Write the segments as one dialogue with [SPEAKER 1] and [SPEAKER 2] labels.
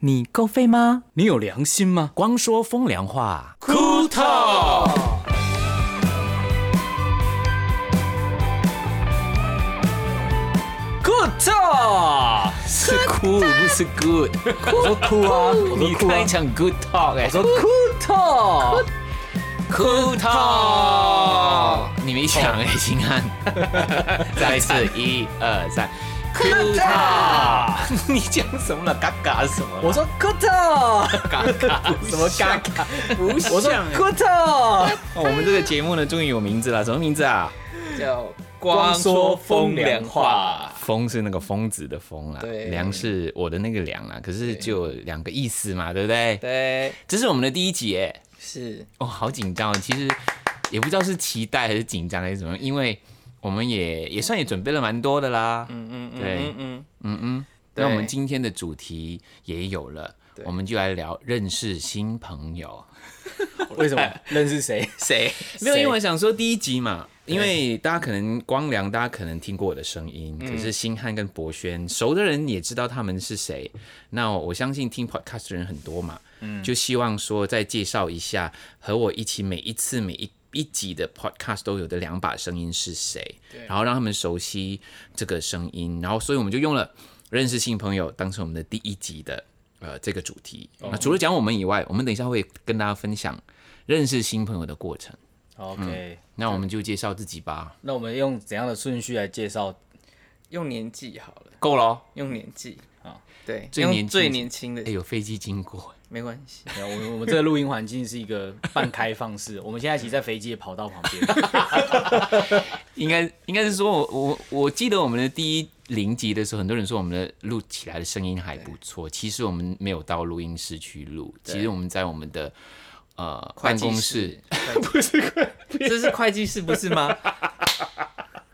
[SPEAKER 1] 你够费吗？
[SPEAKER 2] 你有良心吗？
[SPEAKER 3] 光说风凉话，
[SPEAKER 2] 枯头。
[SPEAKER 3] Good，talk 是 cool 不是 good，我说 cool 啊，你开场 good talk 哎、
[SPEAKER 2] 说枯头，
[SPEAKER 3] cool talk，你没抢哎、秦汉， 再一次一二三，cool talk，你 讲什么了？嘎嘎什么了？
[SPEAKER 2] 我说枯 头，
[SPEAKER 3] 嘎嘎
[SPEAKER 2] 什么嘎嘎？
[SPEAKER 3] 不像
[SPEAKER 2] 我说
[SPEAKER 3] 哎
[SPEAKER 2] 枯头，
[SPEAKER 3] 哦我们这个节目呢，终于有名字了，什么名字啊？
[SPEAKER 2] 叫
[SPEAKER 3] 光
[SPEAKER 2] 光
[SPEAKER 3] 说
[SPEAKER 2] 说
[SPEAKER 3] 风
[SPEAKER 2] 风
[SPEAKER 3] 凉
[SPEAKER 2] 凉
[SPEAKER 3] 话
[SPEAKER 2] 话，
[SPEAKER 3] 风是那个疯子的疯啦，
[SPEAKER 2] 对
[SPEAKER 3] 凉是我的那个凉啦，可是就有两个意思嘛，对不对？
[SPEAKER 2] 对，
[SPEAKER 3] 这是我们的第一集耶，
[SPEAKER 2] 是
[SPEAKER 3] 哦，好紧张哦，其实也不知道是期待还是紧张还是怎么样，因为我们也也算也准备了蛮多的啦，嗯
[SPEAKER 2] 嗯嗯
[SPEAKER 3] 对
[SPEAKER 2] 嗯嗯，
[SPEAKER 3] 嗯嗯，
[SPEAKER 2] 对
[SPEAKER 3] 那我们今天的主题也有了，我们就来聊认识新朋友。
[SPEAKER 2] 为什么认 识谁？
[SPEAKER 3] 谁？没有，
[SPEAKER 2] 谁
[SPEAKER 3] 因为我想说第一集嘛，因为大家可能光良，大家可能听过我的声音，可是星汉跟博轩熟的人也知道他们是谁。那我相信听 podcast 的人很多嘛，就希望说再介绍一下和我一起每一次每一。一集的 podcast 都有的两把声音是谁，然后让他们熟悉这个声音，然后所以我们就用了认识新朋友当成我们的第一集的呃这个主题。那除了讲我们以外，我们等一下会跟大家分享认识新朋友的过程。
[SPEAKER 2] 嗯 OK，、
[SPEAKER 3] 那我们就介绍自己吧，
[SPEAKER 2] 那我们用怎样的顺序来介绍？
[SPEAKER 4] 用年纪好了，
[SPEAKER 3] 够了哦。
[SPEAKER 4] 用年纪
[SPEAKER 2] 好，
[SPEAKER 4] 对，
[SPEAKER 3] 最
[SPEAKER 4] 用
[SPEAKER 3] 年轻
[SPEAKER 4] 最年轻的
[SPEAKER 3] 哎，有飞机经过，
[SPEAKER 4] 没关系，
[SPEAKER 2] 没有我们我们这个录音环境是一个半开放式， 我们现在其实在飞机的跑道旁 边。
[SPEAKER 3] 应该应该是说我我我记得我们的第一零集的时候，很多人说我们的录起来的声音还不错，其实我们没有到录音室去录，其实我们在我们的呃
[SPEAKER 4] 会
[SPEAKER 3] 办
[SPEAKER 4] 计
[SPEAKER 3] 公室
[SPEAKER 4] 室，不是会，这是会计室不是 吗？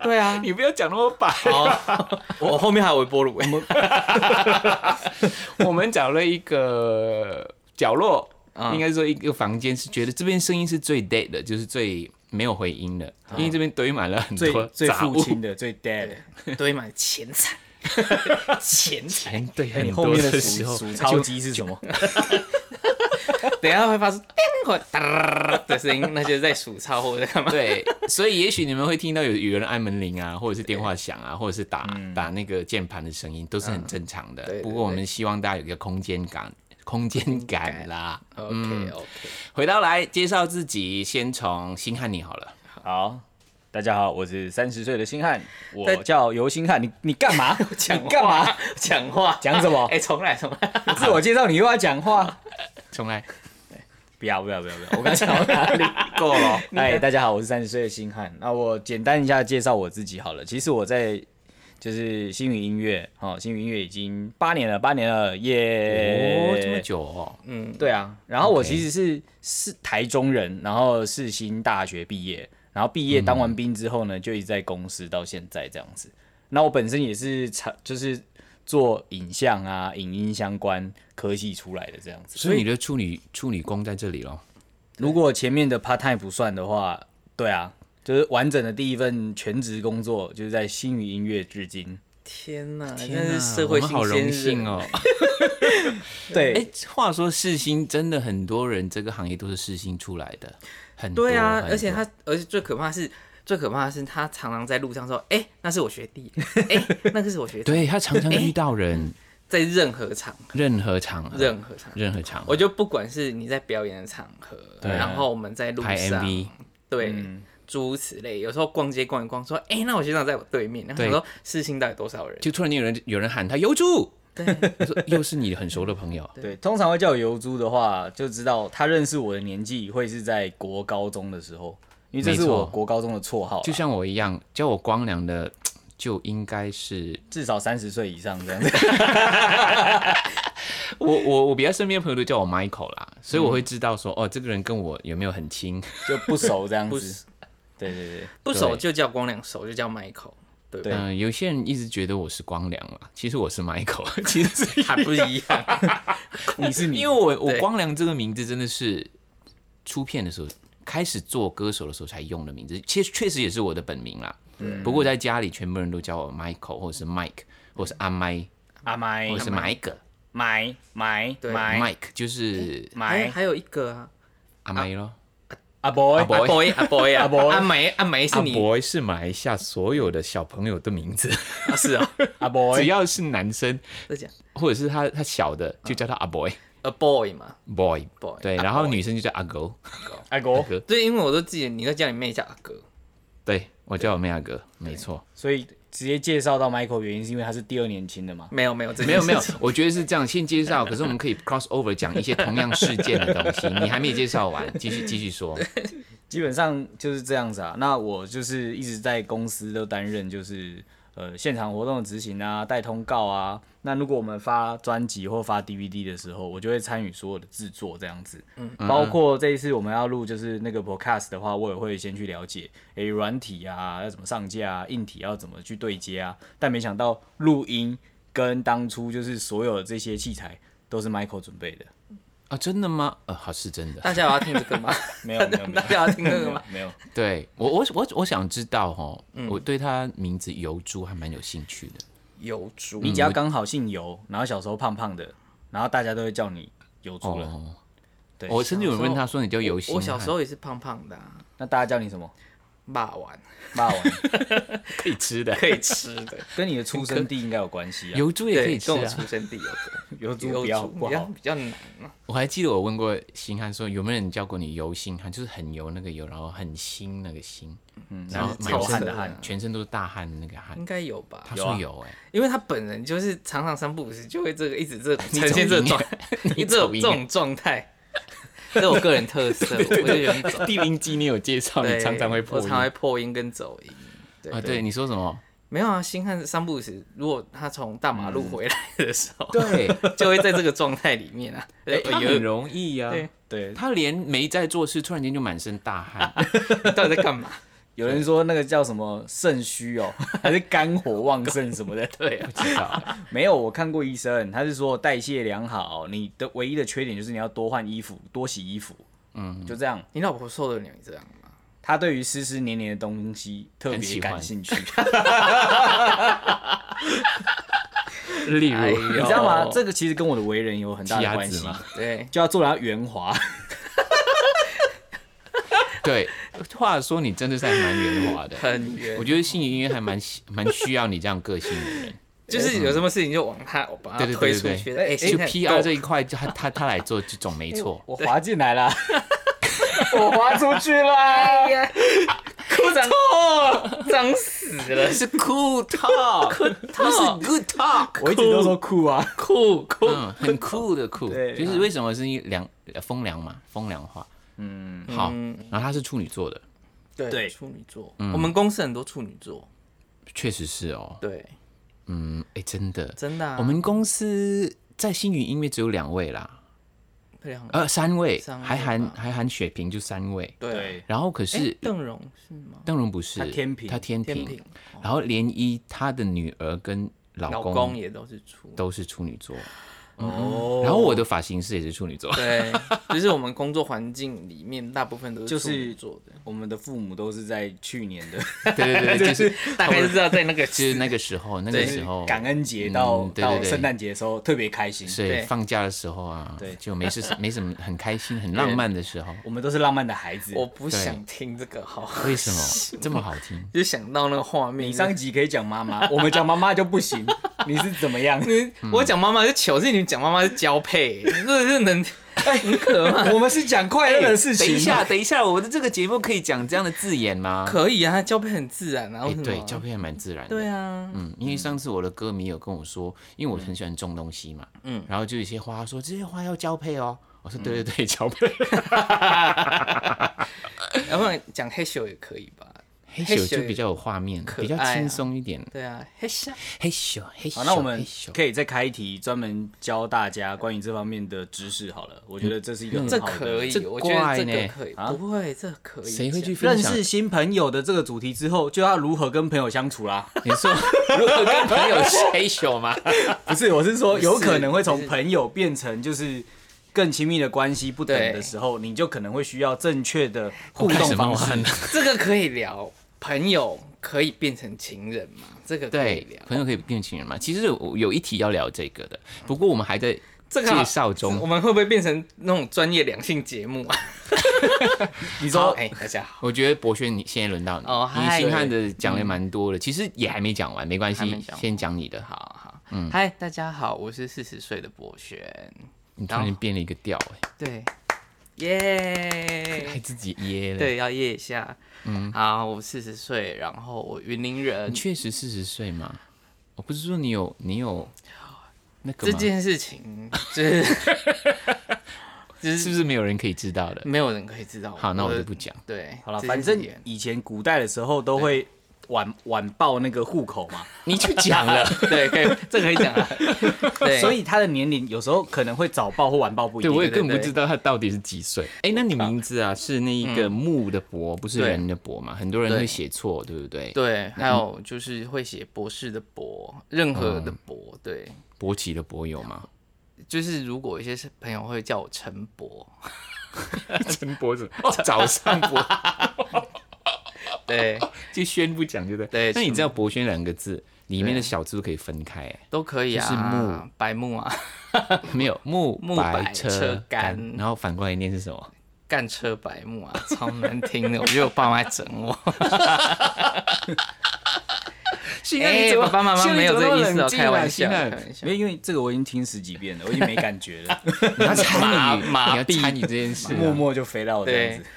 [SPEAKER 4] 对啊，
[SPEAKER 3] 你不要讲那么白。
[SPEAKER 4] 我后面还有微波炉，
[SPEAKER 3] 我们找了一个角落，
[SPEAKER 4] 嗯
[SPEAKER 3] 应该说一个房间，是觉得这边声音是最 dead 的，就是最没有回音的，因为这边堆满了很
[SPEAKER 2] 最
[SPEAKER 3] 多
[SPEAKER 2] 最
[SPEAKER 3] 杂
[SPEAKER 2] 父
[SPEAKER 3] 物。
[SPEAKER 2] 亲的最 dad，
[SPEAKER 4] 堆满钱 财，钱财，
[SPEAKER 3] 前对
[SPEAKER 2] 你
[SPEAKER 3] 很
[SPEAKER 2] 后
[SPEAKER 3] 多
[SPEAKER 2] 面的
[SPEAKER 3] 的时
[SPEAKER 2] 数
[SPEAKER 3] 候，
[SPEAKER 2] 数钞机是什么？
[SPEAKER 4] 等一下会发出叮或哒的声音，那就是在数钞或者在干嘛？
[SPEAKER 3] 对，所以也许你们会听到有有人按门铃啊，或者是电话响啊，或者是打、打那个键盘的声音，都是很正常的。
[SPEAKER 4] 嗯对对
[SPEAKER 3] 不过我们希望大家有一个空间感，空间感啦。
[SPEAKER 4] ，OK OK，
[SPEAKER 3] 回到来介绍自己，先从星汉你好了。
[SPEAKER 2] 好，大家好，我是三十岁的星汉，我
[SPEAKER 4] 在
[SPEAKER 2] 叫尤星汉。你你干嘛？
[SPEAKER 4] 讲
[SPEAKER 2] 你干嘛？
[SPEAKER 4] 话？讲话？
[SPEAKER 2] 讲什么
[SPEAKER 4] 哎，重来重来，
[SPEAKER 2] 你自我介绍你又要讲话？
[SPEAKER 3] 重来，
[SPEAKER 2] 不要不要不要不 要！我刚讲到哪里？
[SPEAKER 3] 够了。
[SPEAKER 2] 哎，大家好，我是三十岁的星汉。那我简单一下介绍我自己好了。其实我在就是星宇音乐，哦，星宇音乐已经八年了，八年了，耶、
[SPEAKER 3] 哦，这么久哦，
[SPEAKER 4] 嗯，
[SPEAKER 2] 对啊，然后我
[SPEAKER 3] OK
[SPEAKER 2] 其实是是台中人，然后世新大学毕业，然后毕业当完兵之后呢，就一直在公司到现在这样子。那我本身也是产就是做影像啊、影音相关科系出来的这样子。
[SPEAKER 3] 所以你的处女处女宫在这里咯。
[SPEAKER 2] 如果前面的 part time 不算的话，对啊，就是完整的第一份全职工作就是在新宇音乐至今。
[SPEAKER 4] 天哪，真
[SPEAKER 3] 天
[SPEAKER 4] 的
[SPEAKER 3] 哪
[SPEAKER 4] 是社会
[SPEAKER 3] 我们好
[SPEAKER 4] 新
[SPEAKER 3] 荣
[SPEAKER 4] 鲜
[SPEAKER 3] 幸
[SPEAKER 4] 人，
[SPEAKER 3] 哦。
[SPEAKER 2] 对，
[SPEAKER 3] 哎，话说世新真的很多人，这个行业都是世新出来的，很多
[SPEAKER 4] 对啊，
[SPEAKER 3] 很
[SPEAKER 4] 而且
[SPEAKER 3] 多
[SPEAKER 4] 他，而且最可怕的是，最可怕的是他常常在路上说：“哎、那是我学弟，哎、那个是我学弟。
[SPEAKER 3] 对他常常遇到人，”
[SPEAKER 4] 在任何场合，
[SPEAKER 3] 任何场合，
[SPEAKER 4] 任何场合，
[SPEAKER 3] 任何场合
[SPEAKER 4] 我，就不管是你在表演的场合，然后我们在路
[SPEAKER 3] 啊拍嗯
[SPEAKER 4] 上，
[SPEAKER 3] MV，
[SPEAKER 4] 对，诸如此类。有时候逛街逛一逛，说：“哎、那我学长在我对面。”然后
[SPEAKER 3] 对
[SPEAKER 4] 想说事情到底多少人？
[SPEAKER 3] 就突然间有人有人喊他有助，
[SPEAKER 4] 对，
[SPEAKER 3] 他说又是你很熟的朋 友，
[SPEAKER 2] 对，通常会叫我油猪的话，就知道他认识我的年纪会是在国高中的时候，因为这
[SPEAKER 3] 没
[SPEAKER 2] 是
[SPEAKER 3] 错
[SPEAKER 2] 我国高中的绰号啦，啊
[SPEAKER 3] 就像我一样，叫我光良的就应该是
[SPEAKER 2] 至少三十岁以上这样 子。
[SPEAKER 3] 我我我比较身边的朋友都叫我 Michael 啦，所以我会知道说哦，这个人跟我有没有很亲，
[SPEAKER 2] 就不熟这样
[SPEAKER 4] 不
[SPEAKER 2] 子。对对
[SPEAKER 4] 不熟就叫光良，熟就叫 Michael，对吧
[SPEAKER 2] 对？
[SPEAKER 3] 嗯、有些人一直觉得我是光良啦，其实我是 Michael，其实是
[SPEAKER 4] 还不一样，
[SPEAKER 2] 对，你是你
[SPEAKER 3] 因为我我
[SPEAKER 4] 对
[SPEAKER 3] 光良这个名字真的是出片的时候开始做歌手的时候才用的名字，其实确实也是我的本名啦。不过在家里全部人都叫我 Michael 或者是 Mike 或者是阿麦
[SPEAKER 2] 哎阿麦哎
[SPEAKER 3] 或者是 Mike，
[SPEAKER 2] 买买
[SPEAKER 4] 对
[SPEAKER 2] 买
[SPEAKER 3] Mike 就是
[SPEAKER 4] 还有
[SPEAKER 2] 买
[SPEAKER 4] 还有一个啊，
[SPEAKER 3] 阿梅咯，
[SPEAKER 2] 哎啊 boy
[SPEAKER 3] 阿 boy
[SPEAKER 4] 阿 boy 啊，
[SPEAKER 2] 阿 boy
[SPEAKER 4] 阿梅阿梅是
[SPEAKER 3] 阿
[SPEAKER 4] 你
[SPEAKER 3] 伯是马来西亚所有的小朋友的名字，
[SPEAKER 4] 啊是 啊，
[SPEAKER 2] 啊
[SPEAKER 3] 只
[SPEAKER 2] boy
[SPEAKER 3] 要是男生
[SPEAKER 4] 在讲
[SPEAKER 3] 或者是他他小的就叫他阿 boy
[SPEAKER 4] a boy 嘛
[SPEAKER 3] boy
[SPEAKER 4] boy
[SPEAKER 3] 对，
[SPEAKER 4] 啊
[SPEAKER 3] 然后
[SPEAKER 4] boy
[SPEAKER 3] 女生就叫阿狗，
[SPEAKER 2] 阿哥，
[SPEAKER 4] 对，因为我都记得你在叫你妹叫阿哥，
[SPEAKER 3] 对我叫我妹阿哥，没错。
[SPEAKER 2] 所以直接介绍到 Michael 原因是因为他是第二年轻的嘛。
[SPEAKER 4] 没有没有这
[SPEAKER 3] 没有没有
[SPEAKER 4] 件 事情，
[SPEAKER 3] 我觉得是这样，先介绍，可是我们可以 cross over 讲一些同样事件的东西。你还没介绍完，继续继续说。
[SPEAKER 2] 基本上就是这样子啊。那我就是一直在公司都担任就是呃现场活动的执行啊，带通告啊。那如果我们发专辑或发 DVD 的时候，我就会参与所有的制作这样子。嗯，包括这一次我们要录就是那个 podcast 的话，我也会先去了解，诶、软体啊要怎么上架啊，硬体要怎么去对接啊。但没想到录音跟当初就是所有的这些器材都是 Michael 准备的，
[SPEAKER 3] 啊，真的吗？呃，好，是真的。
[SPEAKER 4] 大家有要听这个吗？
[SPEAKER 2] 没有没有 没
[SPEAKER 4] 大
[SPEAKER 2] 有
[SPEAKER 4] 家要听
[SPEAKER 2] 没
[SPEAKER 4] 这个
[SPEAKER 2] 有
[SPEAKER 4] 吗？
[SPEAKER 2] 没有。
[SPEAKER 3] 对我，我我我想知道哦，我对他名字尤珠还蛮有兴趣的。
[SPEAKER 4] 有猪，
[SPEAKER 2] 你只
[SPEAKER 3] 嗯
[SPEAKER 2] 要刚好姓尤，然后小时候胖胖的，然后大家都会叫你尤猪了。
[SPEAKER 3] 哦，
[SPEAKER 2] 对
[SPEAKER 3] 我甚至有人问他说你叫尤星
[SPEAKER 4] 我小时
[SPEAKER 3] 候
[SPEAKER 4] 候也是胖胖的啊，
[SPEAKER 2] 那大家叫你什么？
[SPEAKER 4] 霸王
[SPEAKER 2] 霸王，
[SPEAKER 3] 可以吃的，
[SPEAKER 4] 可以吃 的，
[SPEAKER 2] 跟你的出生地应该有关系啊。
[SPEAKER 3] 尤珠也可以
[SPEAKER 4] 对，
[SPEAKER 3] 吃
[SPEAKER 4] 跟我
[SPEAKER 3] 啊。
[SPEAKER 4] 出生地有关。
[SPEAKER 2] 尤
[SPEAKER 4] 有
[SPEAKER 2] 猪比较
[SPEAKER 4] 猪
[SPEAKER 2] 不
[SPEAKER 4] 比较
[SPEAKER 2] 好，
[SPEAKER 4] 比较难嘛。
[SPEAKER 3] 我还记得我问过星汉说有没有人叫过你尤星汉，就是很油那个油，然后很腥那个腥，嗯，然后
[SPEAKER 2] 那是臭汗的
[SPEAKER 3] 满身
[SPEAKER 2] 汗
[SPEAKER 3] 全身都是大汗的那个汗
[SPEAKER 4] 应。该有吧
[SPEAKER 3] 他？
[SPEAKER 2] 有
[SPEAKER 3] 说
[SPEAKER 2] 啊
[SPEAKER 3] 有哎，
[SPEAKER 4] 因为他本人就是常常三不五时就会这个一直这个
[SPEAKER 3] 你
[SPEAKER 4] 呈现这
[SPEAKER 3] 走
[SPEAKER 4] 个
[SPEAKER 3] 音
[SPEAKER 4] 状，
[SPEAKER 3] 你
[SPEAKER 4] 这种
[SPEAKER 3] 走
[SPEAKER 4] 这
[SPEAKER 3] 音
[SPEAKER 4] 种状态，这是我个人 特色，我就有点走。
[SPEAKER 3] 地灵机你有介绍，你
[SPEAKER 4] 对，
[SPEAKER 3] 常常会破
[SPEAKER 4] 我
[SPEAKER 3] 音
[SPEAKER 4] 常会破音跟走音。对
[SPEAKER 3] 啊？对，，你说什么？
[SPEAKER 4] 没有啊，星汉三不五时，如果他从大马
[SPEAKER 3] 嗯
[SPEAKER 4] 路回来的时候，
[SPEAKER 3] 对，
[SPEAKER 4] 就会在这个状态里面啊。对，
[SPEAKER 3] 哎他
[SPEAKER 4] 有
[SPEAKER 3] 很容易呀、
[SPEAKER 4] 对
[SPEAKER 2] 对，
[SPEAKER 3] 他连没在做事，突然间就满身大汗。
[SPEAKER 4] 到底在干嘛？
[SPEAKER 2] 有人说那个叫什么肾虚哦， 还是肝火旺盛什么的。
[SPEAKER 4] 对啊，
[SPEAKER 3] 不知道
[SPEAKER 2] 没有，我看过医生，他是说代谢良好，你的唯一的缺点就是你要多换衣服，多洗衣服。嗯，就这样。
[SPEAKER 4] 你老婆受得了你这样吗？
[SPEAKER 2] 他对于湿湿黏黏的东西特
[SPEAKER 3] 很
[SPEAKER 2] 别
[SPEAKER 3] 喜
[SPEAKER 2] 感
[SPEAKER 3] 欢
[SPEAKER 2] 兴趣。
[SPEAKER 3] 例
[SPEAKER 4] 哎
[SPEAKER 3] 如，
[SPEAKER 4] 呦
[SPEAKER 2] 你知道吗？这个其实跟我的为人有很大
[SPEAKER 3] 哦鸡
[SPEAKER 2] 的
[SPEAKER 3] 鸭
[SPEAKER 2] 关
[SPEAKER 3] 子
[SPEAKER 2] 系，
[SPEAKER 3] 嘛
[SPEAKER 4] 对，
[SPEAKER 2] 就要做到圆滑。
[SPEAKER 3] 对，话说你真的是还蛮圆滑的。
[SPEAKER 4] 很远
[SPEAKER 3] 我，觉得信宇应该还蛮需蛮需要你这样个性的人，
[SPEAKER 4] 就是有什么事情就往他我把他
[SPEAKER 3] 对对
[SPEAKER 4] 推
[SPEAKER 3] 对
[SPEAKER 4] 出
[SPEAKER 3] 对
[SPEAKER 4] 去。
[SPEAKER 3] 对
[SPEAKER 4] 哎，
[SPEAKER 3] 就
[SPEAKER 4] 星汉
[SPEAKER 3] PR 这一块，就他他他来做这种没 错。
[SPEAKER 2] 我滑进来了，我滑出去 啦。
[SPEAKER 4] 呀，裤长痛，脏死 了，
[SPEAKER 3] 是 cool talk，不是 good talk，
[SPEAKER 2] 我一直都说酷啊，
[SPEAKER 4] 酷酷
[SPEAKER 3] 嗯，很酷的酷，
[SPEAKER 2] 对
[SPEAKER 3] 就是为什么是一凉呃风凉嘛，风凉话。嗯，好，然后他是处女座的，
[SPEAKER 4] 对嗯
[SPEAKER 2] 对
[SPEAKER 4] 处女座，我们公司很多处女座，
[SPEAKER 3] 确实是哦。
[SPEAKER 4] 对，
[SPEAKER 3] 嗯，哎，真的，
[SPEAKER 4] 真的啊，
[SPEAKER 3] 我们公司在星云音乐只有两位啦，
[SPEAKER 4] 这两个
[SPEAKER 3] 呃，三位，
[SPEAKER 4] 三位
[SPEAKER 3] 还含
[SPEAKER 4] 吧
[SPEAKER 3] 还含雪萍就三位。
[SPEAKER 4] 对啊，
[SPEAKER 3] 然后可
[SPEAKER 4] 哎
[SPEAKER 3] 是，
[SPEAKER 4] 邓荣是吗？
[SPEAKER 3] 邓荣不是，
[SPEAKER 2] 他天平
[SPEAKER 3] 他天
[SPEAKER 4] 天
[SPEAKER 3] 平
[SPEAKER 4] 平。哦
[SPEAKER 3] 然后涟漪她的女儿跟
[SPEAKER 4] 老
[SPEAKER 3] 老
[SPEAKER 4] 公
[SPEAKER 3] 公
[SPEAKER 4] 也都是处，
[SPEAKER 3] 都是处女座，
[SPEAKER 2] 哦
[SPEAKER 3] 然后我的发型师也是处女座。
[SPEAKER 4] 对，就是我们工作环境里面大部分都
[SPEAKER 2] 就是
[SPEAKER 4] 处女座的，
[SPEAKER 2] 我们的父母都是在去年的，
[SPEAKER 3] 对对 对，对就是
[SPEAKER 4] 大概是知道在那个
[SPEAKER 3] 就是那个时候，那个时候
[SPEAKER 2] 感恩节到
[SPEAKER 3] 嗯对对
[SPEAKER 2] 到
[SPEAKER 3] 对
[SPEAKER 2] 圣诞节的时候特别开心，
[SPEAKER 3] 所以
[SPEAKER 4] 对
[SPEAKER 3] 放假的时候啊，
[SPEAKER 2] 对
[SPEAKER 3] 就没 事没什么很开心、很浪漫的时候。
[SPEAKER 2] 我们都是浪漫的孩子。
[SPEAKER 4] 我不想听这个，好，
[SPEAKER 3] 为什么这么好听？
[SPEAKER 4] 就想到那个画面
[SPEAKER 2] 你。上集可以讲妈 妈，我们讲妈妈就不行，你是怎么样？
[SPEAKER 4] 你我讲妈妈是糗，是你们讲妈妈是交 配，哎真的是能很可怕。
[SPEAKER 2] 我们是讲快乐的事 情。哎
[SPEAKER 3] 等一下，，等一下，我的这个节目可以讲这样的字眼吗？
[SPEAKER 4] 可以啊，他交配很自然啊，
[SPEAKER 3] 哎、
[SPEAKER 4] 为什么？
[SPEAKER 3] 对，照片还蛮自然的。
[SPEAKER 4] 对啊，
[SPEAKER 3] 嗯，因为上次我的歌迷有跟我说，因为我很喜欢种东西嘛，嗯，然后就有一些花他说这些花要交配哦，我说对对对，交配。
[SPEAKER 4] 啊要不然讲黑咻也可以吧？
[SPEAKER 3] 黑
[SPEAKER 4] 黑
[SPEAKER 3] 咻
[SPEAKER 4] 咻
[SPEAKER 3] 就比较有画面，
[SPEAKER 4] 可爱啊
[SPEAKER 3] 比较轻松一点。
[SPEAKER 4] 对啊，黑咻
[SPEAKER 3] 黑咻黑咻，
[SPEAKER 2] 好，那我们
[SPEAKER 3] 黑咻
[SPEAKER 2] 可以再开一题，专门教大家关于这方面的知识好了。我觉嗯得这是一个
[SPEAKER 4] 这
[SPEAKER 2] 很好的
[SPEAKER 4] 可以
[SPEAKER 3] 嗯这，
[SPEAKER 4] 我觉得这
[SPEAKER 3] 怪
[SPEAKER 4] 个
[SPEAKER 3] 呢
[SPEAKER 4] 可以，
[SPEAKER 2] 啊
[SPEAKER 4] 不会，这可以。
[SPEAKER 3] 谁会 去？分
[SPEAKER 2] 认
[SPEAKER 3] 享？
[SPEAKER 2] 识新朋友的这个主题之后，就要如何跟朋友相处啦。
[SPEAKER 3] 你说如何跟朋友是黑咻 吗？
[SPEAKER 2] 不是，我是说，有
[SPEAKER 4] 不是
[SPEAKER 2] 可能会
[SPEAKER 4] 不
[SPEAKER 2] 从
[SPEAKER 4] 是
[SPEAKER 2] 朋友变成就是更亲密的关系不等
[SPEAKER 4] 对
[SPEAKER 2] 的时候，你就可能会需要正确的互
[SPEAKER 3] 我干
[SPEAKER 2] 动
[SPEAKER 3] 什么
[SPEAKER 2] 方式
[SPEAKER 3] 玩。
[SPEAKER 4] 这个可以聊朋友可以变成情人吗？这个可以
[SPEAKER 3] 对
[SPEAKER 4] 聊，，
[SPEAKER 3] 朋友可以变情人嘛？其实我有一题要聊这个的，不过我们还在
[SPEAKER 4] 这个好
[SPEAKER 3] 介绍中
[SPEAKER 4] 我。 们会不会变成那种专业两性节目啊？
[SPEAKER 2] 你
[SPEAKER 4] 好
[SPEAKER 2] 说
[SPEAKER 4] 哎，大家好，
[SPEAKER 3] 我觉得博轩，你现在轮到你，
[SPEAKER 4] 哦
[SPEAKER 3] 你
[SPEAKER 4] 嗨
[SPEAKER 3] 星汉的讲的蛮多的，其实也还没讲完，没关
[SPEAKER 4] 还没
[SPEAKER 3] 系
[SPEAKER 4] 讲，完
[SPEAKER 3] 先讲你的哈。
[SPEAKER 4] 好好，
[SPEAKER 3] 嗯
[SPEAKER 4] 嗨，大家好，我是四十岁的博轩，
[SPEAKER 3] 你突然变了一个调，哎，
[SPEAKER 4] 对，耶、
[SPEAKER 3] 还自己噎了。
[SPEAKER 4] 对，要夜一下。嗯，好，我四十岁，然后我云林人
[SPEAKER 3] 你。确实四十岁嘛？我不是说你有你有那个
[SPEAKER 4] 这
[SPEAKER 3] 吗？
[SPEAKER 4] 件事情就是
[SPEAKER 3] 是不是没有人可以知道的？
[SPEAKER 4] 没有人可以知道。
[SPEAKER 3] 好，那我
[SPEAKER 4] 的
[SPEAKER 3] 就不。讲。
[SPEAKER 4] 对，
[SPEAKER 2] 好了，
[SPEAKER 4] 这件
[SPEAKER 2] 反
[SPEAKER 4] 事
[SPEAKER 2] 正
[SPEAKER 4] 情
[SPEAKER 2] 以前古代的时候都会晚晚报那个户口嘛，
[SPEAKER 3] 你去讲 了，
[SPEAKER 4] 对，可以， 这可以 讲啊。对，
[SPEAKER 2] 所以他的年龄有时候可能会早报或晚报不一
[SPEAKER 3] 对
[SPEAKER 2] 定。
[SPEAKER 3] 我也
[SPEAKER 4] 对
[SPEAKER 3] 根本不
[SPEAKER 4] 对
[SPEAKER 3] 知道他到底是几岁。哎，那你名字啊是那一个木的伯，不是
[SPEAKER 4] 对
[SPEAKER 3] 人的伯嘛？很多人
[SPEAKER 4] 嗯对
[SPEAKER 3] 会写错，对不对？
[SPEAKER 4] 对，还
[SPEAKER 3] 嗯
[SPEAKER 4] 有就是会写博士的博，任何的博，对。
[SPEAKER 3] 勃起的勃有 吗？
[SPEAKER 4] 就是如果有些是朋友会叫我陈博，
[SPEAKER 3] 晨勃 子，哦早上 勃，
[SPEAKER 4] 对，
[SPEAKER 3] 就宣不讲，对不
[SPEAKER 4] 对
[SPEAKER 3] 那你知道“博轩”两个字里面的小字都可以分开，哎
[SPEAKER 4] 都可以啊，
[SPEAKER 3] 就是
[SPEAKER 4] 木白木啊，
[SPEAKER 3] 没有木
[SPEAKER 4] 木
[SPEAKER 3] 白
[SPEAKER 4] 白车
[SPEAKER 3] 杆
[SPEAKER 4] 杆
[SPEAKER 3] 然后反过来念是什么？
[SPEAKER 4] 干车白木啊，超难听的，我觉得我爸妈在整 我。
[SPEAKER 3] 幸
[SPEAKER 4] 哎
[SPEAKER 3] 你怎么
[SPEAKER 4] 爸爸妈妈
[SPEAKER 3] 幸好你
[SPEAKER 4] 没有
[SPEAKER 3] 怎么
[SPEAKER 4] 这
[SPEAKER 3] 那么
[SPEAKER 4] 个意思哦
[SPEAKER 3] 冷静啊
[SPEAKER 4] 开玩
[SPEAKER 3] 幸
[SPEAKER 4] 笑
[SPEAKER 3] 好
[SPEAKER 4] 开玩笑
[SPEAKER 2] 没有因为这个我已经听十几遍了，我已经没感觉 了，
[SPEAKER 3] 你要参与，
[SPEAKER 4] 麻
[SPEAKER 3] 你要参与这件事啊。
[SPEAKER 2] 默默就飞到我这样子。
[SPEAKER 4] 对，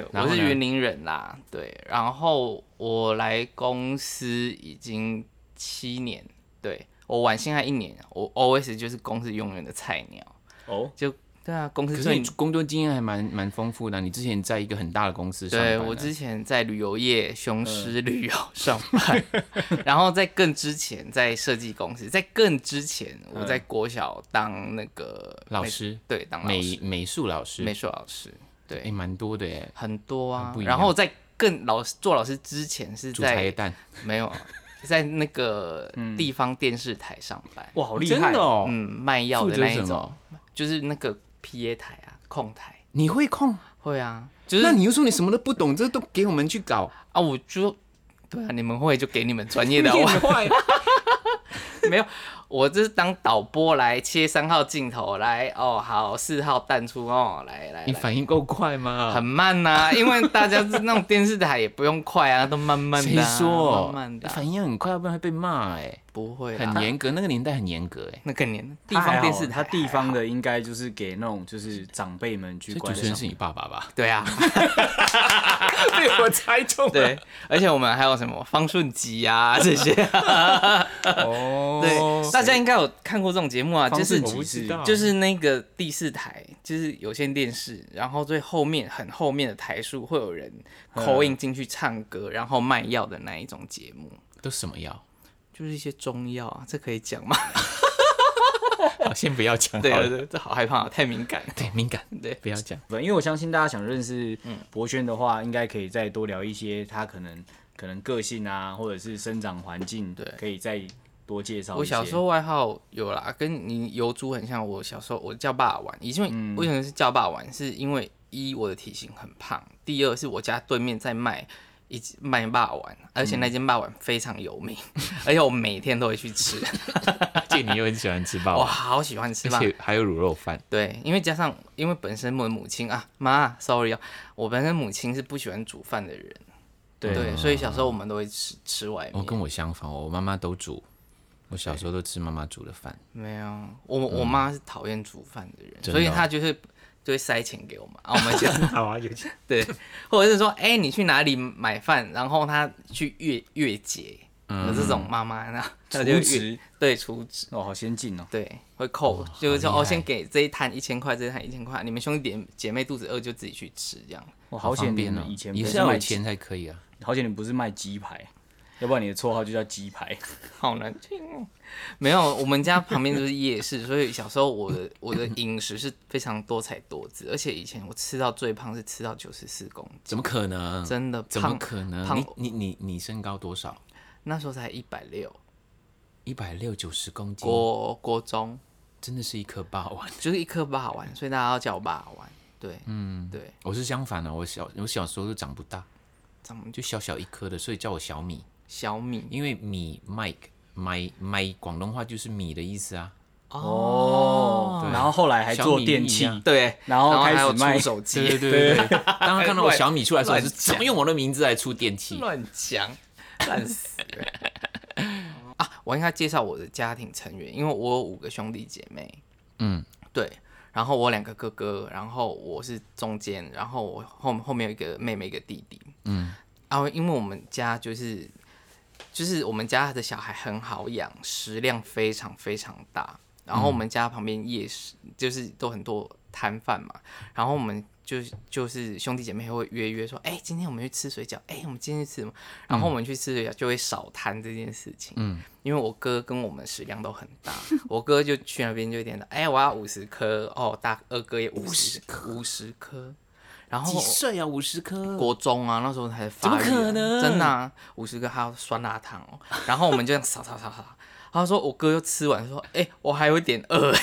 [SPEAKER 3] 嗯然
[SPEAKER 4] 我
[SPEAKER 3] 后
[SPEAKER 4] 是
[SPEAKER 3] 呢
[SPEAKER 4] 云林人啦，对，然后我来公司已经七年，对我晚现在一年，我 always 就是公司永远的菜鸟，
[SPEAKER 2] 哦，
[SPEAKER 4] 就对啊，公司
[SPEAKER 3] 可是
[SPEAKER 4] 最
[SPEAKER 3] 你工作经验还蛮蛮丰富的啊，你之前在一个很大的公司上班
[SPEAKER 4] 对
[SPEAKER 3] 啊，嗯
[SPEAKER 4] 我之前在旅游业雄狮旅游 上班，然后在更之前在设计公司，在更之前我在国小当那个
[SPEAKER 3] 嗯老
[SPEAKER 4] 美，
[SPEAKER 3] 师，
[SPEAKER 4] 对，当老
[SPEAKER 3] 美
[SPEAKER 4] 师，
[SPEAKER 3] 美术老师，
[SPEAKER 4] 美术老师，
[SPEAKER 3] 哎，
[SPEAKER 4] 对，
[SPEAKER 3] 蛮多的哎，
[SPEAKER 4] 很多啊
[SPEAKER 3] 很不，一
[SPEAKER 4] 然
[SPEAKER 3] 样
[SPEAKER 4] 后在更老师做老师之前是
[SPEAKER 3] 煮
[SPEAKER 4] 在
[SPEAKER 3] 茶叶蛋，
[SPEAKER 4] 没 有，在那个地方电视台上班，
[SPEAKER 2] 哇，好厉
[SPEAKER 3] 真
[SPEAKER 2] 害
[SPEAKER 3] 的！哦，
[SPEAKER 4] 嗯，卖药
[SPEAKER 3] 负
[SPEAKER 4] 的
[SPEAKER 3] 责
[SPEAKER 4] 那一
[SPEAKER 3] 什
[SPEAKER 4] 种，
[SPEAKER 3] 么？
[SPEAKER 4] 就是那个 PA 台啊，控台，
[SPEAKER 3] 你会控？
[SPEAKER 4] 会啊，就
[SPEAKER 3] 那
[SPEAKER 4] 是
[SPEAKER 3] 你又说你什么都不懂，这都给我们去搞，
[SPEAKER 4] 啊，我就对啊，你们会就给你们专业的啊，
[SPEAKER 3] 你很坏。
[SPEAKER 4] 我 没有，我这是当导播来切三号镜头来，哦，好，四号淡出哦，来来
[SPEAKER 3] 你
[SPEAKER 4] 来。
[SPEAKER 3] 反应够快吗？
[SPEAKER 4] 很慢呐、因为大家是那种电视台也不用快啊，都慢慢
[SPEAKER 3] 谁
[SPEAKER 4] 的啊、
[SPEAKER 3] 说
[SPEAKER 4] 慢慢的啊、啊
[SPEAKER 3] 反应很快，要不然会被骂哎。
[SPEAKER 4] 不会啦
[SPEAKER 3] 很严格，那个年代很严格哎。
[SPEAKER 4] 那个年地
[SPEAKER 2] 他还
[SPEAKER 4] 方
[SPEAKER 2] 好
[SPEAKER 4] 电视台？
[SPEAKER 2] 他地方的应该就是给那种就是长辈们去
[SPEAKER 3] 所以
[SPEAKER 2] 观
[SPEAKER 3] 主持人
[SPEAKER 2] 赏
[SPEAKER 3] 是。你爸爸吧
[SPEAKER 4] 对啊，
[SPEAKER 3] 被我猜中了。
[SPEAKER 4] 对，而且我们还有什么方顺吉啊 这些，
[SPEAKER 3] 哦
[SPEAKER 4] 对，大家应该有看过这种节目啊，就
[SPEAKER 2] 方
[SPEAKER 4] 是
[SPEAKER 2] 顺
[SPEAKER 3] 我不
[SPEAKER 2] 吉
[SPEAKER 3] 知道，
[SPEAKER 4] 就是那个第四台，就是有线电视，然后最后面很后面的台数会有人口音进去唱歌，然后卖药的那一种节目，
[SPEAKER 3] 都什么药？
[SPEAKER 4] 就是一些中药啊，这可以讲吗？
[SPEAKER 3] 好先不要讲好
[SPEAKER 4] 对
[SPEAKER 3] 了。
[SPEAKER 4] 啊，对，这好害怕啊，太敏感了。
[SPEAKER 3] 对，敏感，
[SPEAKER 4] 对
[SPEAKER 3] 不要 讲。
[SPEAKER 2] 因为我相信大家想认识
[SPEAKER 3] 嗯
[SPEAKER 2] 博轩的话，应该可以再多聊一些他可能可能个性啊，或者是生长环境，
[SPEAKER 4] 对
[SPEAKER 2] 可以再多介绍一些。
[SPEAKER 4] 我小时候外号有啦，跟你油猪很像。我小时候我叫霸王，因为、为什么是叫霸王？是因为一我的体型很胖，第二是我家对面在卖一卖霸王，而且那间霸王非常有名， 而且我每天都会去吃，
[SPEAKER 3] 啊这你又很喜欢吃霸
[SPEAKER 4] 我
[SPEAKER 3] 王，
[SPEAKER 4] 好喜欢吃
[SPEAKER 3] 而
[SPEAKER 4] 霸王。
[SPEAKER 3] 且还有卤肉饭。
[SPEAKER 4] 对，因为加上因为本身我的母亲啊，妈，sorry 哦，我本身母亲是不喜欢煮饭的人，
[SPEAKER 2] 对
[SPEAKER 4] 对，所以小时候我们都会吃吃外
[SPEAKER 3] 我哦
[SPEAKER 4] 面。
[SPEAKER 3] 跟我相反，我妈妈都煮，我小时候都吃妈妈煮的饭。
[SPEAKER 4] 没有，我我妈是讨厌煮饭的人，
[SPEAKER 3] 嗯真的哦
[SPEAKER 4] 所以她就是就会塞钱给我们，啊，我们就
[SPEAKER 3] 好啊，有钱。
[SPEAKER 4] 对，或者是说，哎、你去哪里买饭，然后她去越越节，
[SPEAKER 3] 嗯
[SPEAKER 4] 有这种妈妈呢，她就
[SPEAKER 2] 除
[SPEAKER 4] 越
[SPEAKER 2] 职
[SPEAKER 4] 对厨子
[SPEAKER 2] 哦，好先进哦。
[SPEAKER 4] 对会扣，就是说
[SPEAKER 3] 好厉
[SPEAKER 4] 哦，
[SPEAKER 3] 害
[SPEAKER 4] 先给这一摊一千块，这一摊一千块，你们兄弟姐姐妹肚子饿就自己去吃这样。
[SPEAKER 2] 我好险
[SPEAKER 3] 方
[SPEAKER 2] 你
[SPEAKER 3] 便
[SPEAKER 2] 们
[SPEAKER 3] 哦，
[SPEAKER 2] 以前
[SPEAKER 3] 也
[SPEAKER 2] 不
[SPEAKER 3] 是
[SPEAKER 2] 是
[SPEAKER 3] 要
[SPEAKER 2] 卖
[SPEAKER 3] 有，钱才可以啊。
[SPEAKER 2] 好险你不是卖鸡排，要不然你的绰号就叫鸡排。
[SPEAKER 4] 好难听哦。没有，我们家旁边就是夜市，所以小时候我的我的饮食是非常多彩多姿，而且以前我吃到最胖是吃到九十四公斤，
[SPEAKER 3] 怎么可能？
[SPEAKER 4] 真的
[SPEAKER 3] 怎么
[SPEAKER 4] 胖，
[SPEAKER 3] 可能？
[SPEAKER 4] 胖
[SPEAKER 3] 你你你你身高多少？
[SPEAKER 4] 那时候才一百六，
[SPEAKER 3] 一百六九十公斤，
[SPEAKER 4] 国国中
[SPEAKER 3] 真的是一颗啊霸 王。
[SPEAKER 4] 就是一颗霸丸，所以大家要叫我霸丸。对，嗯，对
[SPEAKER 3] 啊我是相反的，我小我小时候都长不大，
[SPEAKER 4] 怎么
[SPEAKER 3] 就小小一颗的，所以叫我小米，
[SPEAKER 4] 小米
[SPEAKER 3] 因为米 Mike 麦麦广东话就是米的意思啊。
[SPEAKER 2] 哦
[SPEAKER 3] 对
[SPEAKER 2] 然后后来还做电
[SPEAKER 3] 小，米一
[SPEAKER 2] 器
[SPEAKER 3] 样
[SPEAKER 4] 对，
[SPEAKER 2] 然后
[SPEAKER 4] 还
[SPEAKER 2] 开
[SPEAKER 4] 有
[SPEAKER 2] 始卖
[SPEAKER 4] 出手机，
[SPEAKER 3] 对对对对，当他看到我
[SPEAKER 4] 乱
[SPEAKER 3] 小米出来的时候，
[SPEAKER 4] 乱
[SPEAKER 3] 是怎么
[SPEAKER 4] 讲
[SPEAKER 3] 用我的名字来出电器？
[SPEAKER 4] 乱讲，烂死了 啊！我应该介绍我的家庭成员，因为我有五个兄弟姐妹，
[SPEAKER 3] 嗯，
[SPEAKER 4] 对，然后我两个哥哥，然后我是中间，然后我后后面有一个妹妹，一个弟弟，嗯，啊，因为我们家就是就是我们家的小孩很好养，食量非常非常大，然后我们家旁边夜市就是都很多摊贩嘛，然后我们就就是兄弟姐妹会约约说，哎、今天我们去吃水饺，哎、我们今天去吃什么？然后我们去吃水饺就会少摊这件事情。嗯，因为我哥跟我们食量都很大， 我哥就去那边就一点的，哎、我要五十颗哦，大二哥也五十五十颗，然后
[SPEAKER 3] 几岁啊？五十颗。
[SPEAKER 4] 国中啊，那时候才发育啊、
[SPEAKER 3] 怎么可能
[SPEAKER 4] 真的啊，五十个还有酸辣汤 哦。然后我们就这样扫扫扫扫，他说我哥又吃完说，哎、我还有点饿、
[SPEAKER 3] 嗯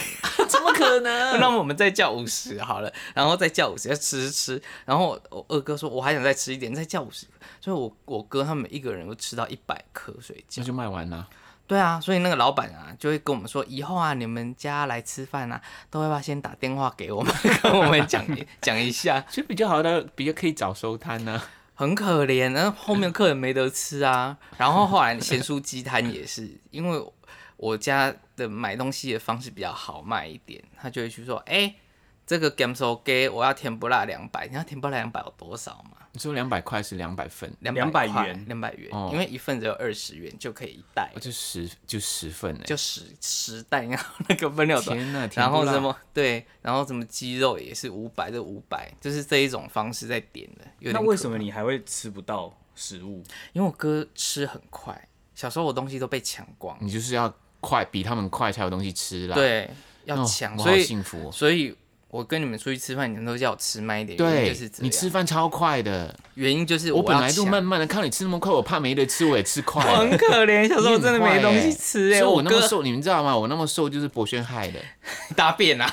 [SPEAKER 3] 怎么可 能？
[SPEAKER 4] 那我们再叫五十好了，然后再叫五十，再吃吃。然后我二哥说我还想再吃一点，再叫五十。所以我我哥他们一个人都吃到一百颗水饺
[SPEAKER 3] 那。就卖完了。
[SPEAKER 4] 对啊，所以那个老板啊，就会跟我们说，以后啊，你们家来吃饭啊，都会要先打电话给我们，跟我们讲一讲一下。
[SPEAKER 3] 其实比较好的，比较可以早收摊呢、
[SPEAKER 4] 很可怜，然后后面客人没得吃啊。然后后来咸酥鸡摊也是，因为我家的买东西的方式比较好卖一点，他就会去说，哎、这个 game so gay，我要甜不辣两百，你要甜不辣两百有多少嘛？
[SPEAKER 3] 你说两百块是两百份，
[SPEAKER 4] 百
[SPEAKER 2] 200元
[SPEAKER 4] 两百元，
[SPEAKER 3] 哦
[SPEAKER 4] 因为一份只有二十元就可以一袋，
[SPEAKER 3] 就十就十份哎、
[SPEAKER 4] 就十十袋，然后那个分量有多少
[SPEAKER 3] 天哪！甜
[SPEAKER 4] 然后
[SPEAKER 3] 不辣
[SPEAKER 4] 什？么对，然后什么鸡肉也是五百，这五百就是这一种方式在点的。有点
[SPEAKER 2] 那为
[SPEAKER 4] 可
[SPEAKER 2] 什么
[SPEAKER 4] 怕
[SPEAKER 2] 你还会吃不到 食物？
[SPEAKER 4] 因为我哥吃很快，小时候我东西都被抢光，
[SPEAKER 3] 你就是要快，比他们快才有东西吃啦。
[SPEAKER 4] 对，要
[SPEAKER 3] 哦，
[SPEAKER 4] 抢，
[SPEAKER 3] 我
[SPEAKER 4] 所
[SPEAKER 3] 好
[SPEAKER 4] 以
[SPEAKER 3] 幸福哦。
[SPEAKER 4] 所以。我跟你们出去吃饭，你们都叫我吃慢一点，原因
[SPEAKER 3] 对
[SPEAKER 4] 就是，这
[SPEAKER 3] 你吃
[SPEAKER 4] 样。
[SPEAKER 3] 饭超快的，
[SPEAKER 4] 原因就是
[SPEAKER 3] 我本
[SPEAKER 4] 要
[SPEAKER 3] 来就
[SPEAKER 4] 抢
[SPEAKER 3] 慢慢的，看你吃那么快，我怕没得吃，我也吃快
[SPEAKER 4] 我
[SPEAKER 3] 了。
[SPEAKER 4] 很可怜，小时候
[SPEAKER 3] 你很
[SPEAKER 4] 真的没
[SPEAKER 3] 坏
[SPEAKER 4] 东
[SPEAKER 3] 欸
[SPEAKER 4] 西吃哎、
[SPEAKER 3] 所以
[SPEAKER 4] 我
[SPEAKER 3] 我那么
[SPEAKER 4] 哥
[SPEAKER 3] 瘦，你们知道吗？我那么瘦就是博轩害的，
[SPEAKER 4] 大便 啊，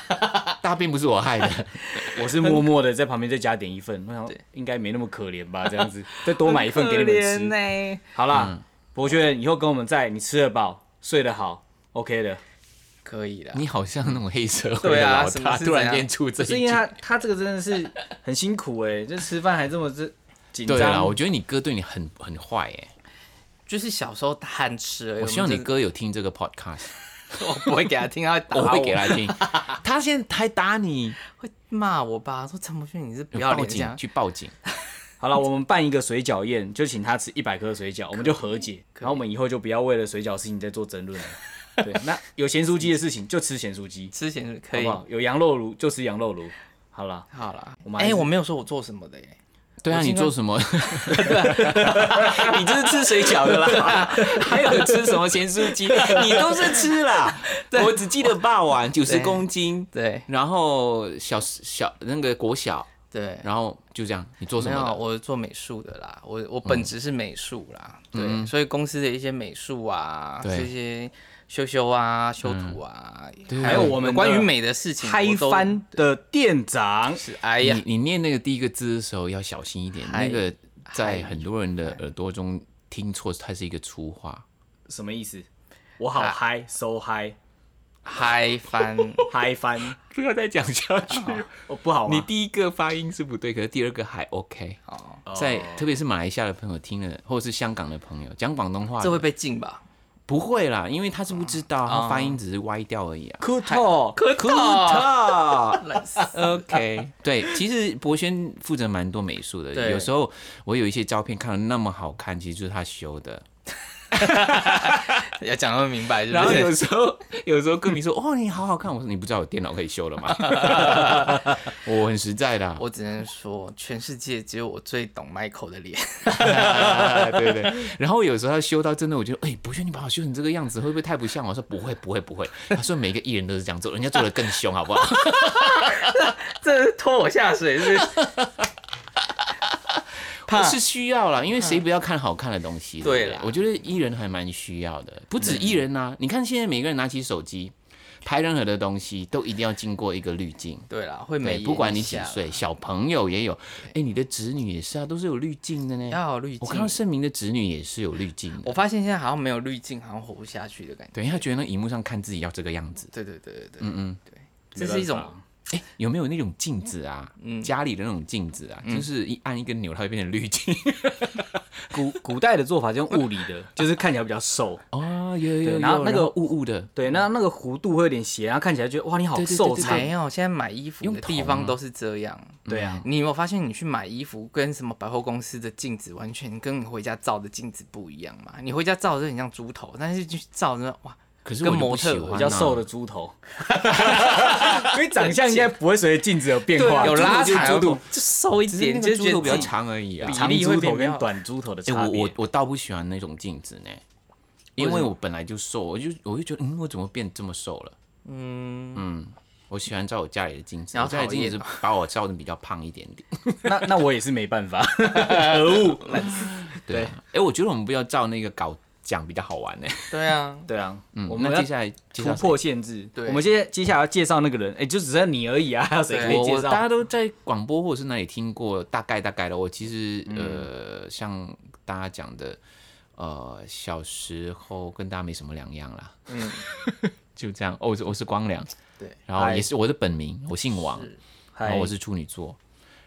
[SPEAKER 3] 大便不是我害 的。
[SPEAKER 2] 我是默默的在旁边再加点一份，我想应该没那么可怜吧，这样子再多买一份给你们
[SPEAKER 3] 欸
[SPEAKER 2] 吃。
[SPEAKER 4] 呢、
[SPEAKER 2] 好啦，博轩，以后跟我们在，你吃得饱，睡得好，OK 的。
[SPEAKER 4] 可以的。
[SPEAKER 3] 你好像那种黑社会
[SPEAKER 4] 对
[SPEAKER 3] 的
[SPEAKER 4] 啊
[SPEAKER 3] 老
[SPEAKER 4] 什么
[SPEAKER 3] 大，
[SPEAKER 4] 是
[SPEAKER 3] 突
[SPEAKER 4] 怎
[SPEAKER 3] 然
[SPEAKER 4] 样
[SPEAKER 3] 间出这
[SPEAKER 2] 可是
[SPEAKER 3] 一
[SPEAKER 2] 因为
[SPEAKER 3] 句。
[SPEAKER 2] 他他这个真的是很辛苦 哎、这吃饭还这么这紧
[SPEAKER 3] 对啦，
[SPEAKER 2] 张。
[SPEAKER 3] 我觉得你哥对你很很坏哎、
[SPEAKER 4] 就是小时候贪吃而已，
[SPEAKER 3] 我希望你
[SPEAKER 4] 们
[SPEAKER 3] 哥有听这个 podcast，
[SPEAKER 4] 就是， 我不会给他听，他会 打
[SPEAKER 3] 我
[SPEAKER 4] 我，
[SPEAKER 3] 会给他听。他现在还打你，
[SPEAKER 4] 会骂我吧，说陈柏轩你是不要
[SPEAKER 3] 报
[SPEAKER 4] 脸这样
[SPEAKER 3] 警，去报警。
[SPEAKER 2] 好了，我们办一个水饺宴，就请他吃一百颗水饺，我们就和解。然后我们以后就不要为了水饺事情再做争论了。对，那有咸酥鸡的事情就吃咸酥鸡，
[SPEAKER 4] 之前可
[SPEAKER 2] 好
[SPEAKER 4] 以
[SPEAKER 2] 不好？有羊肉炉就吃羊肉炉。好了，
[SPEAKER 4] 好了
[SPEAKER 2] 我。们
[SPEAKER 4] 哎、
[SPEAKER 2] 还是
[SPEAKER 4] 我没有说我做什么的耶、
[SPEAKER 3] 对啊，
[SPEAKER 4] 我
[SPEAKER 3] 你
[SPEAKER 4] 今天
[SPEAKER 3] 做什么？你就是吃水饺的 啦，还有吃什么咸酥鸡？你都是吃 啦。我只记得霸王九十
[SPEAKER 4] 对
[SPEAKER 3] 公斤，
[SPEAKER 4] 对
[SPEAKER 3] 然后小小那个国小，
[SPEAKER 4] 对，
[SPEAKER 3] 然后就这样。你做什
[SPEAKER 4] 没
[SPEAKER 3] 么
[SPEAKER 4] 有，
[SPEAKER 3] 的？
[SPEAKER 4] 我做美术的啦，我我本职是美术啦，对，所以公司的一些美术啊，
[SPEAKER 3] 嗯对嗯
[SPEAKER 4] 这些修修啊、修图啊，
[SPEAKER 3] 对
[SPEAKER 2] 还有我们的
[SPEAKER 4] 关于美的事情，
[SPEAKER 2] 开
[SPEAKER 4] 我都
[SPEAKER 2] 翻的店长，
[SPEAKER 4] 是哎呀，
[SPEAKER 3] 你你念那个第一个字的时候要小心一点，
[SPEAKER 4] 嗨
[SPEAKER 3] 那个在
[SPEAKER 4] 嗨
[SPEAKER 3] 很多人的耳朵中听错，它是一个粗话。
[SPEAKER 2] 什么意思？我好嗨，so high，
[SPEAKER 4] 嗨 翻，
[SPEAKER 2] 嗨翻，
[SPEAKER 3] 不要再讲下去。
[SPEAKER 2] 哦不好
[SPEAKER 3] 啊
[SPEAKER 2] 吗？
[SPEAKER 3] 你第一个发音是不对，可是第二个还 OK。
[SPEAKER 4] 哦，
[SPEAKER 3] 在特别是马来西亚的朋友听了，或者是香港的朋友讲广东话的，
[SPEAKER 4] 这会被禁吧？
[SPEAKER 3] 不会啦，因为他是不知道，他发音只是歪掉而已啊。
[SPEAKER 2] 酷透，
[SPEAKER 4] 可
[SPEAKER 3] 酷
[SPEAKER 4] 特，
[SPEAKER 3] 啊特 ，OK，对，其实博轩负责蛮多美术的，
[SPEAKER 4] 对
[SPEAKER 3] 有时候我有一些照片看的那么好看，其实就是他修的。
[SPEAKER 4] 要讲到明白，是
[SPEAKER 3] 然
[SPEAKER 4] 不
[SPEAKER 3] 后有
[SPEAKER 4] 是？
[SPEAKER 3] 时 候，有时候歌迷说：“哦，你好好看。”我说：“你不知道我电脑可以修了吗？” 我很实在的啊、
[SPEAKER 4] 我只能说，全世界只有我最懂 Michael 的脸。
[SPEAKER 3] 对对。然后有时候他修到真的，我觉得，哎、博轩，你把我修成这个样子，会不会太不像我？我说不会，不会，不会。他说每个艺人都是这样做，人家做的更凶，好不 好？
[SPEAKER 4] 这是拖我下水是不是？怕
[SPEAKER 3] 是需要啦，因为谁不要看好看的东西？不
[SPEAKER 4] 对啦
[SPEAKER 3] 嗯我觉得艺人还蛮需要的，不止艺人啊。你看现在每个人拿起手机，拍任何的东西都一定要经过一个滤镜。
[SPEAKER 4] 对啦，会
[SPEAKER 3] 对，
[SPEAKER 4] 美，
[SPEAKER 3] 不管你几，岁，小朋友也有，哎、你的侄女也是啊，都是有滤镜的呢。
[SPEAKER 4] 要有滤
[SPEAKER 3] 我看到
[SPEAKER 4] 镜。
[SPEAKER 3] 盛明的侄女也是有滤镜的，
[SPEAKER 4] 我发现现在好像没有滤镜，好像活不下去的感觉。
[SPEAKER 3] 对，他觉得那荧幕上看自己要这个样子。
[SPEAKER 4] 对对对对对，
[SPEAKER 3] 嗯
[SPEAKER 4] 这是一
[SPEAKER 2] 没办
[SPEAKER 4] 种
[SPEAKER 2] 法
[SPEAKER 3] 嗯，哎、有没有那种镜子啊？
[SPEAKER 4] 嗯
[SPEAKER 3] 家里的那种镜子啊，就是一按一根钮，它会变成滤镜。
[SPEAKER 2] 古古代的做法，就用物理 的，就是看起来比较瘦。
[SPEAKER 3] 哦，有有
[SPEAKER 2] 对
[SPEAKER 3] 有，
[SPEAKER 2] 然后那个
[SPEAKER 3] 有雾雾的，
[SPEAKER 2] 对，那那个弧度会有点斜，然后看起来觉得哇，你好
[SPEAKER 3] 对对对
[SPEAKER 2] 瘦
[SPEAKER 3] 对
[SPEAKER 2] 长。
[SPEAKER 4] 没有。现在买衣服
[SPEAKER 3] 用
[SPEAKER 4] 的地
[SPEAKER 3] 桶
[SPEAKER 4] 方
[SPEAKER 3] 吗
[SPEAKER 4] 都是这样。
[SPEAKER 2] 对啊，
[SPEAKER 4] 你有没有发现，你去买衣服跟什么百货公司的镜子完全跟你回家照的镜子不一样嘛？你回家照的就很像猪头，但是去照的哇，
[SPEAKER 3] 可是
[SPEAKER 4] 跟
[SPEAKER 3] 我就不
[SPEAKER 4] 模特
[SPEAKER 3] 喜
[SPEAKER 4] 有
[SPEAKER 3] 欢、啊、
[SPEAKER 2] 比较瘦的猪头，所以长相应 该不会随着镜子有变化，
[SPEAKER 4] 啊有拉
[SPEAKER 2] 猪头
[SPEAKER 4] 长，
[SPEAKER 2] 就是猪头
[SPEAKER 4] 就瘦一
[SPEAKER 3] 只是
[SPEAKER 4] 点，
[SPEAKER 3] 那
[SPEAKER 4] 就
[SPEAKER 3] 个
[SPEAKER 4] 觉
[SPEAKER 3] 猪
[SPEAKER 4] 得
[SPEAKER 3] 头比较
[SPEAKER 4] 自己。
[SPEAKER 3] 长而已啊。
[SPEAKER 4] 比
[SPEAKER 2] 长
[SPEAKER 4] 例会
[SPEAKER 2] 猪头
[SPEAKER 4] 变
[SPEAKER 2] 跟
[SPEAKER 4] 高
[SPEAKER 2] 短猪头的
[SPEAKER 3] 哎、
[SPEAKER 2] 差
[SPEAKER 3] 我
[SPEAKER 2] 别。
[SPEAKER 3] 我我倒不喜欢那种镜子呢，因为我本来就瘦，我就我就觉得，嗯，我怎么变这么瘦了？
[SPEAKER 4] 嗯，
[SPEAKER 3] 我喜欢照我家里的镜子，
[SPEAKER 4] 然
[SPEAKER 3] 我
[SPEAKER 4] 后
[SPEAKER 3] 家里的镜子
[SPEAKER 4] 讨
[SPEAKER 3] 是把我照的比较胖一点点。
[SPEAKER 2] 那那我也是没办法，可恶。
[SPEAKER 3] 对啊，哎、我觉得我们不要照那个搞奖比较好玩呢。
[SPEAKER 4] 对啊，
[SPEAKER 2] 对啊，
[SPEAKER 3] 嗯，
[SPEAKER 2] 我们
[SPEAKER 3] 那
[SPEAKER 2] 要
[SPEAKER 3] 接下来介
[SPEAKER 2] 突
[SPEAKER 3] 绍谁
[SPEAKER 2] 破限制。
[SPEAKER 4] 对
[SPEAKER 2] 我们接接下来要介绍那个人，哎，就只剩你而已啊，还有谁可以
[SPEAKER 3] 我
[SPEAKER 2] 介
[SPEAKER 3] 我大
[SPEAKER 2] 绍
[SPEAKER 3] 家？都在广播或者是哪里听过大概大概的。我其实、
[SPEAKER 2] 嗯
[SPEAKER 3] 呃，像大家讲的，呃，小时候跟大家没什么两样啦。
[SPEAKER 4] 嗯，
[SPEAKER 3] 就这样。哦，我是我是光良，
[SPEAKER 4] 对，
[SPEAKER 3] 然后
[SPEAKER 2] 嗨
[SPEAKER 3] 也是我的本名，我姓王，然
[SPEAKER 2] 嗨嗯
[SPEAKER 3] 后哦我是处女座，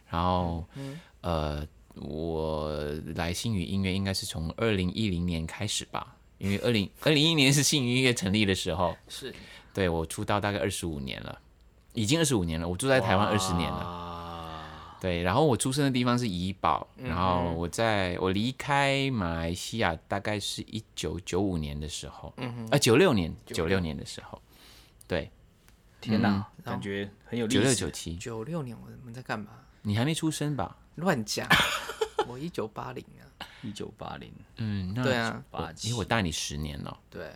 [SPEAKER 3] 然后、呃，我来星宇音乐应该是从二零一零年开始吧，因为二零二零一年是星宇音乐成立的时候，
[SPEAKER 4] 是
[SPEAKER 3] 对我出道大概二十五年了，已经二十五年了，我住在台湾二十年了。
[SPEAKER 2] 了。
[SPEAKER 3] 对，然后我出生的地方是怡保，然后我在我离开马来西亚大概是一九九五年的时候，嗯、啊九六年九六年的时候，对
[SPEAKER 2] 天哪，嗯感觉很有历
[SPEAKER 3] 九六
[SPEAKER 2] 史。
[SPEAKER 3] 九七，
[SPEAKER 4] 九六年，我们在干嘛？
[SPEAKER 3] 你还没出生吧？
[SPEAKER 4] 乱 讲，我一九八零啊，
[SPEAKER 2] 一九八零
[SPEAKER 3] 嗯，那
[SPEAKER 4] 对，啊，
[SPEAKER 2] 八
[SPEAKER 3] 因
[SPEAKER 2] 七
[SPEAKER 3] 为，我大你十年了，
[SPEAKER 4] 对，